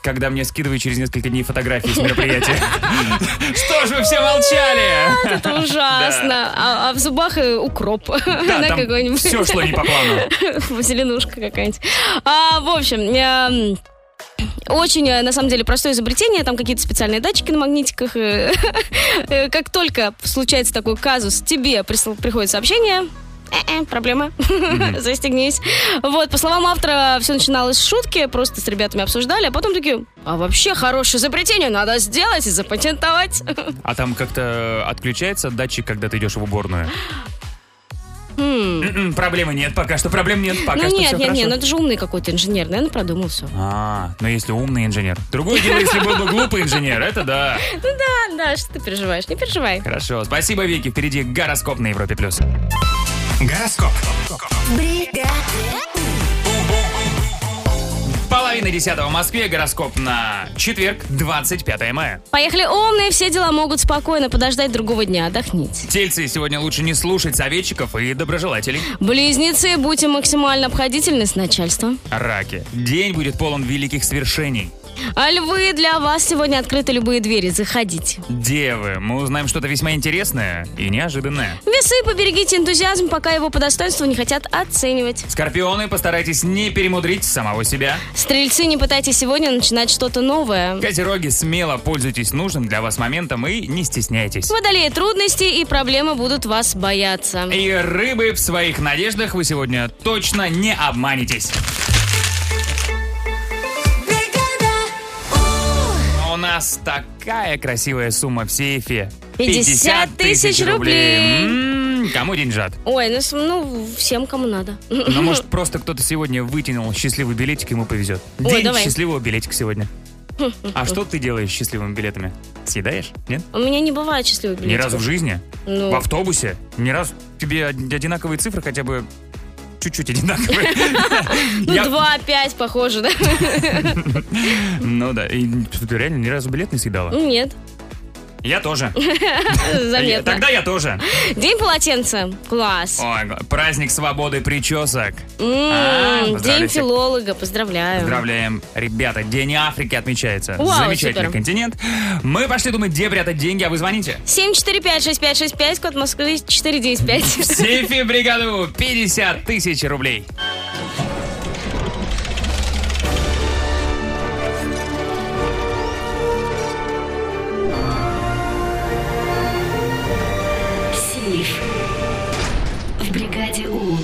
[SPEAKER 1] когда мне скидывают через несколько дней фотографии с мероприятия. Что ж вы все молчали?
[SPEAKER 2] Это ужасно. А а в зубах э, укроп. Да,
[SPEAKER 1] там всё шло не по плану.
[SPEAKER 2] Зеленушка какая-нибудь. А, в общем, эм, очень, э, на самом деле, простое изобретение. Там какие-то специальные датчики на магнитиках. э, э, Как только случается такой казус, тебе присл- приходит сообщение. «Э-э, проблема. Застегнись. Вот, по словам автора, все начиналось с шутки, просто с ребятами обсуждали, а потом такие, а вообще хорошее изобретение надо сделать и запатентовать.
[SPEAKER 1] А там как-то отключается датчик, когда ты идешь в уборную?
[SPEAKER 2] М.
[SPEAKER 1] М-м, Проблемы нет пока что, проблем нет пока
[SPEAKER 2] Хм. ну
[SPEAKER 1] что.
[SPEAKER 2] нет,
[SPEAKER 1] всё
[SPEAKER 2] нет, нет,
[SPEAKER 1] хорошо.
[SPEAKER 2] ну это же умный какой-то инженер, наверное, продумал все.
[SPEAKER 1] А, ну если умный инженер. Другое дело, если был бы глупый инженер, это да.
[SPEAKER 2] Ну да, да, что ты переживаешь, не переживай.
[SPEAKER 1] Хорошо, спасибо, Вики. Впереди гороскоп на Европе+. плюс. Гороскоп. Половина десятого в Москве, гороскоп на четверг, 25 мая.
[SPEAKER 2] Поехали, умные, все дела могут спокойно подождать другого дня, отдохните.
[SPEAKER 1] Тельцы сегодня лучше не слушать советчиков и доброжелателей.
[SPEAKER 2] Близнецы, будьте максимально обходительны с начальством.
[SPEAKER 1] Раки. День будет полон великих свершений.
[SPEAKER 2] А львы, для вас сегодня открыты любые двери, заходите.
[SPEAKER 1] Девы. Мы узнаем что-то весьма интересное и неожиданное.
[SPEAKER 2] Весы, поберегите энтузиазм, пока его по достоинству не хотят оценивать.
[SPEAKER 1] Скорпионы, постарайтесь не перемудрить самого себя.
[SPEAKER 2] Стрельцы, не пытайтесь сегодня начинать что-то новое.
[SPEAKER 1] Козероги, смело пользуйтесь нужным для вас моментом и не стесняйтесь.
[SPEAKER 2] Водолеи, трудности и проблемы будут вас бояться.
[SPEAKER 1] И рыбы в своих надеждах вы сегодня точно не обманетесь. у нас такая красивая сумма в сейфе.
[SPEAKER 2] 50 тысяч рублей.
[SPEAKER 1] М, М-м, Кому деньжат?
[SPEAKER 2] Ой, ну, с- ну, всем, кому надо.
[SPEAKER 1] Ну, может, просто кто-то сегодня вытянул счастливый билетик, ему повезет.
[SPEAKER 2] Ой,
[SPEAKER 1] День
[SPEAKER 2] давай.
[SPEAKER 1] счастливого билетика сегодня. А что ты делаешь с счастливыми билетами? Съедаешь? Нет?
[SPEAKER 2] У меня не бывает счастливых
[SPEAKER 1] Ни
[SPEAKER 2] билетиков.
[SPEAKER 1] разу в жизни?
[SPEAKER 2] Ну.
[SPEAKER 1] В автобусе? Ни разу? Тебе од- одинаковые цифры хотя бы чуть-чуть одинаковые?
[SPEAKER 2] Ну,
[SPEAKER 1] Я-
[SPEAKER 2] 2-5, похоже, да?
[SPEAKER 1] Ну да, и ты реально ни разу билет не съедала?
[SPEAKER 2] Нет.
[SPEAKER 1] Я тоже. Я-
[SPEAKER 2] Заметно.
[SPEAKER 1] Э, Тогда я тоже.
[SPEAKER 2] День полотенца. Класс.
[SPEAKER 1] Ой, г- праздник свободы причесок. А,
[SPEAKER 2] М,
[SPEAKER 1] поздравляю
[SPEAKER 2] День
[SPEAKER 1] всех.
[SPEAKER 2] филолога. Поздравляю.
[SPEAKER 1] Поздравляем, ребята. День Африки отмечается.
[SPEAKER 2] Вау,
[SPEAKER 1] Замечательный
[SPEAKER 2] супер.
[SPEAKER 1] континент. Мы пошли думать, где прятать деньги, а вы звоните.
[SPEAKER 2] 745-6565, код Москвы
[SPEAKER 1] В
[SPEAKER 2] 495.
[SPEAKER 1] сейфе бригаду 50 тысяч рублей.
[SPEAKER 4] Сейф. В бригаде У.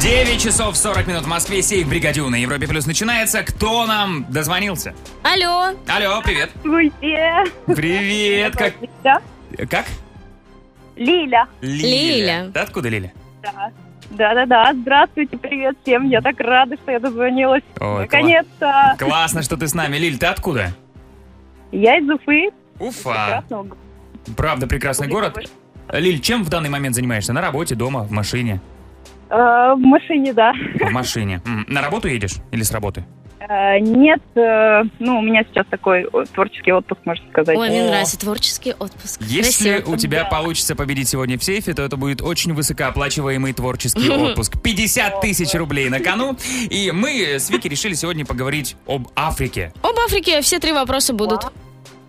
[SPEAKER 1] 9 часов 40 минут в Москве. Сейф бригадю на Европе Плюс начинается. Кто нам дозвонился?
[SPEAKER 2] Алло.
[SPEAKER 1] Алло, привет.
[SPEAKER 19] Здравствуйте.
[SPEAKER 1] Привет. Как?
[SPEAKER 19] Да?
[SPEAKER 1] Как?
[SPEAKER 19] Лиля.
[SPEAKER 1] Да откуда Лиля?
[SPEAKER 19] Да. Да-да-да, здравствуйте, привет всем. Я так рада, что я дозвонилась.
[SPEAKER 1] Ой,
[SPEAKER 19] Наконец-то.
[SPEAKER 1] кла- Классно, что ты с нами. Лиль, ты откуда?
[SPEAKER 19] Я из Уфы.
[SPEAKER 1] Уфа.
[SPEAKER 19] Прекрасного г-
[SPEAKER 1] Правда, прекрасный город. Лиль, чем в данный момент занимаешься? На работе, дома, в машине?
[SPEAKER 19] э, в машине, да.
[SPEAKER 1] В машине. М, На работу едешь или с работы?
[SPEAKER 19] Э, нет, э, ну, у меня сейчас такой о, творческий отпуск, можно сказать.
[SPEAKER 2] Ой, мне нравится творческий отпуск.
[SPEAKER 1] Если
[SPEAKER 2] Красиво.
[SPEAKER 1] у тебя получится победить сегодня в сейфе, то это будет очень высокооплачиваемый творческий отпуск. 50 тысяч рублей на кону. И мы с Вики решили сегодня поговорить об Африке.
[SPEAKER 2] Об Африке все три вопроса будут.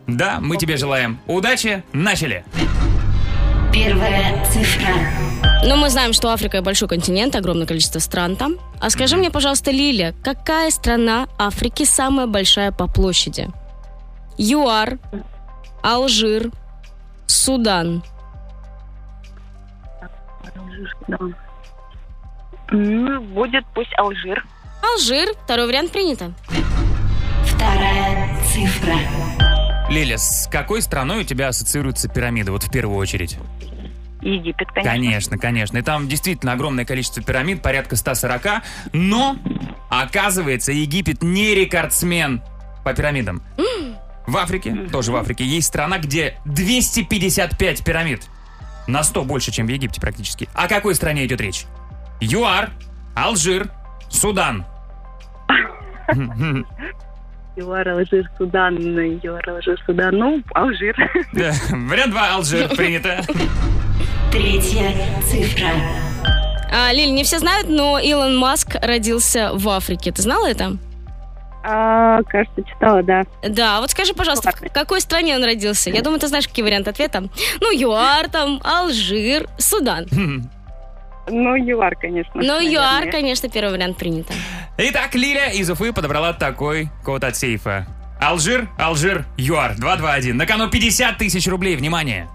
[SPEAKER 1] Да, мы тебе желаем удачи. Начали.
[SPEAKER 2] Первая цифра. Ну, мы знаем, что Африка – большой континент, огромное количество стран там. А скажи мне, пожалуйста, Лиля, какая страна Африки самая большая по площади? ЮАР, Алжир, Судан.
[SPEAKER 19] М, Ну, Будет пусть Алжир.
[SPEAKER 2] Алжир. Второй вариант принято. Вторая цифра.
[SPEAKER 1] Лиля, с какой страной у тебя ассоциируются пирамиды, вот в первую очередь?
[SPEAKER 19] Египет,
[SPEAKER 1] Конечно, конечно. И там действительно огромное количество пирамид, порядка 140. Но, оказывается, Египет не рекордсмен по пирамидам. В Африке, тоже в Африке, есть страна, где 255 пирамид. На 100 больше, чем в Египте практически. О какой стране идет речь? ЮАР, Алжир, Судан.
[SPEAKER 19] ЮАР, Алжир, Судан, ЮАР, Алжир, Судан. Ну, Алжир.
[SPEAKER 1] Да, Вариант 2, Алжир, принято.
[SPEAKER 2] Третья цифра. А, Лиль, не все знают, но Илон Маск родился в Африке. Ты знала это?
[SPEAKER 19] А, кажется, читала, да.
[SPEAKER 2] Да, вот скажи,
[SPEAKER 19] Ну,
[SPEAKER 2] пожалуйста, в какой стране он родился? Я думаю, ты знаешь, какие варианты ответа. Ну, ЮАР, там, Алжир, Судан.
[SPEAKER 19] Ну, ЮАР, конечно.
[SPEAKER 2] Ну, ЮАР,
[SPEAKER 19] наверное.
[SPEAKER 2] конечно, первый вариант принято.
[SPEAKER 1] Итак, Лиля из Уфы подобрала такой код от сейфа. Алжир, Алжир, ЮАР, 221. На кону 50 тысяч рублей, внимание.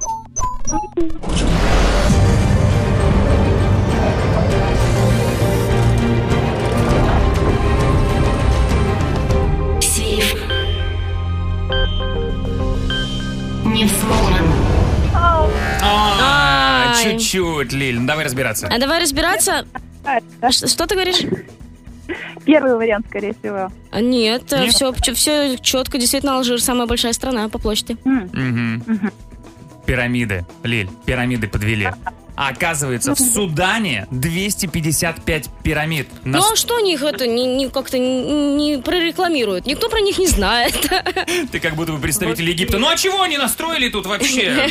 [SPEAKER 4] Сейф. Не взломан.
[SPEAKER 1] А,
[SPEAKER 2] Ай.
[SPEAKER 1] Чуть-чуть, Лиль, ну давай разбираться.
[SPEAKER 2] А давай разбираться. Ш- Что ты говоришь? А,
[SPEAKER 19] Первый вариант, скорее всего.
[SPEAKER 2] Нет, э,
[SPEAKER 19] Нет?
[SPEAKER 2] все, все четко. Действительно, Алжир самая большая страна по площади.
[SPEAKER 1] Мгм. Пирамиды, Лиль, пирамиды подвели. Оказывается, в Судане 255 пирамид. На
[SPEAKER 2] Ну а что них это не, не- как-то не, не прорекламируют? Никто про них не знает.
[SPEAKER 1] Ты как будто бы представитель Египта. Ну а чего они настроили тут вообще?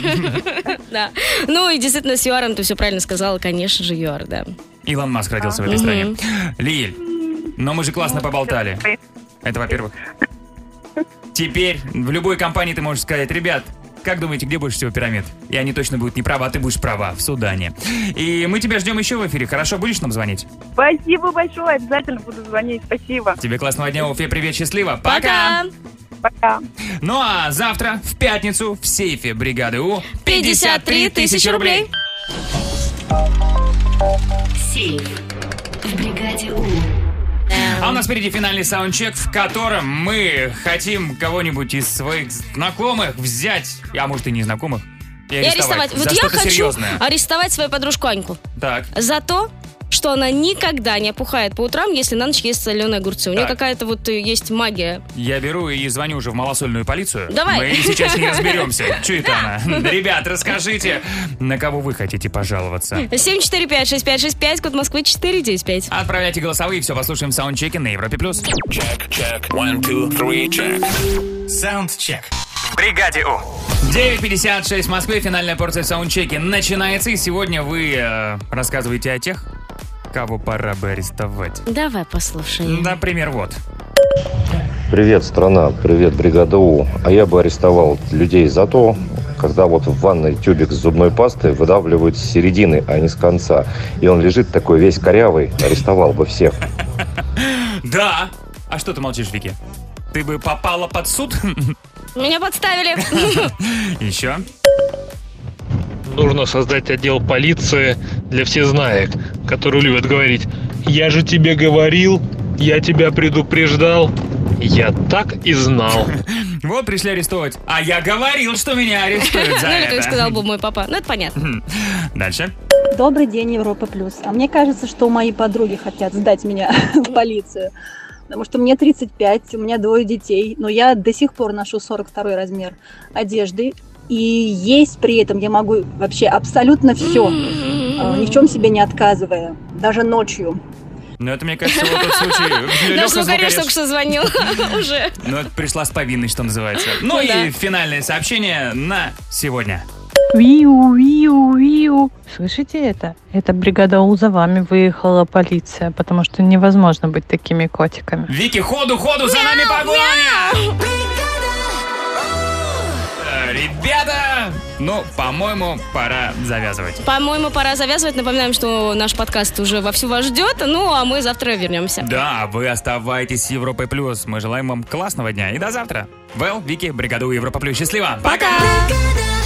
[SPEAKER 2] Да. Ну и действительно, с ЮАРом ты все правильно сказала, конечно же, ЮАР, да.
[SPEAKER 1] Илон Маск родился в этой
[SPEAKER 2] Мгм.
[SPEAKER 1] стране. Лиль, но мы же классно поболтали. Это во-первых. Теперь в любой компании ты можешь сказать, ребят, как думаете, где больше всего пирамид? И они точно будут не правы, а ты будешь права в Судане. И мы тебя ждем еще в эфире. Хорошо, будешь нам звонить?
[SPEAKER 19] Спасибо большое, обязательно буду звонить. Спасибо.
[SPEAKER 1] Тебе классного дня, Уфе, привет, счастливо. Пока!
[SPEAKER 19] Пока.
[SPEAKER 1] Ну а завтра, в пятницу, в сейфе бригады У
[SPEAKER 4] 53 тысячи рублей. Сейф. В бригаде У.
[SPEAKER 1] А у нас впереди финальный саундчек, в котором мы хотим кого-нибудь из своих знакомых взять, а может и не знакомых, и
[SPEAKER 2] И арестовать.
[SPEAKER 1] арестовать.
[SPEAKER 2] Вот
[SPEAKER 1] за
[SPEAKER 2] я
[SPEAKER 1] что-то
[SPEAKER 2] хочу А.
[SPEAKER 1] серьезное.
[SPEAKER 2] арестовать свою подружку Аньку.
[SPEAKER 1] Так.
[SPEAKER 2] За то, что она никогда не опухает по утрам, если на ночь есть соленые огурцы. У нее
[SPEAKER 1] Так.
[SPEAKER 2] какая-то вот э, есть магия.
[SPEAKER 1] Я беру и звоню уже в малосольную полицию.
[SPEAKER 2] Давай.
[SPEAKER 1] Мы сейчас не разберемся. Че это она? Ребят, расскажите, на кого вы хотите пожаловаться?
[SPEAKER 2] 745-6565, код Москвы 495.
[SPEAKER 1] Отправляйте голосовые, все послушаем в саундчеке на Европе+. плюс.
[SPEAKER 20] Чек, one, two, three, check. Саундчек. В бригаде У.
[SPEAKER 1] 9.56 Москвы, финальная порция саундчеки начинается, и сегодня вы э, рассказываете о тех, кого пора бы арестовать.
[SPEAKER 2] Давай послушаем.
[SPEAKER 1] Например, вот.
[SPEAKER 15] Привет, страна, привет, бригада У. А я бы арестовал людей за то, когда вот в ванной тюбик с зубной пастой выдавливают с середины, а не с конца. И он лежит такой весь корявый, арестовал бы всех.
[SPEAKER 1] Да. А что ты молчишь, Вики? Ты бы попала под суд?
[SPEAKER 2] Меня подставили.
[SPEAKER 1] Еще?
[SPEAKER 21] Нужно создать отдел полиции для всезнаек, которые любят говорить «Я же тебе говорил, я тебя предупреждал, я так и знал».
[SPEAKER 1] Вот пришли арестовывать. А я говорил, что меня
[SPEAKER 2] Ну
[SPEAKER 1] арестуют за
[SPEAKER 2] или как сказал
[SPEAKER 1] это.
[SPEAKER 2] бы мой папа. Ну это понятно.
[SPEAKER 1] Дальше.
[SPEAKER 4] Добрый день, Европа Плюс. А мне кажется, что мои подруги хотят сдать меня в полицию. Потому что мне 35, у меня двое детей, но я до сих пор ношу 42 размер одежды. И есть при этом я могу вообще абсолютно все, ни в чем себе не отказывая, даже ночью.
[SPEAKER 1] Ну, это, мне кажется, вот тот случай.
[SPEAKER 2] Наш
[SPEAKER 1] Лёха
[SPEAKER 2] звукорежь
[SPEAKER 1] Звукорежь.
[SPEAKER 2] только что звонил. Уже.
[SPEAKER 1] Ну, это пришла с повинной, что называется. Ну
[SPEAKER 2] Ну
[SPEAKER 1] и
[SPEAKER 2] да.
[SPEAKER 1] финальное сообщение на сегодня.
[SPEAKER 22] Виу, виу, виу. Слышите это? Это бригада У за вами выехала полиция, потому что невозможно быть такими котиками.
[SPEAKER 1] Вики, ходу, ходу, за нами погоня! Э, Ребята, ну, по-моему, пора завязывать.
[SPEAKER 2] По-моему, пора завязывать. Напоминаем, что наш подкаст уже вовсю вас ждет. Ну, а мы завтра вернемся.
[SPEAKER 1] Да, вы оставайтесь с Европой Плюс. Мы желаем вам классного дня и до завтра. Вэл, Вики, бригаду Европа Плюс. Счастливо! Пока!
[SPEAKER 23] Бригада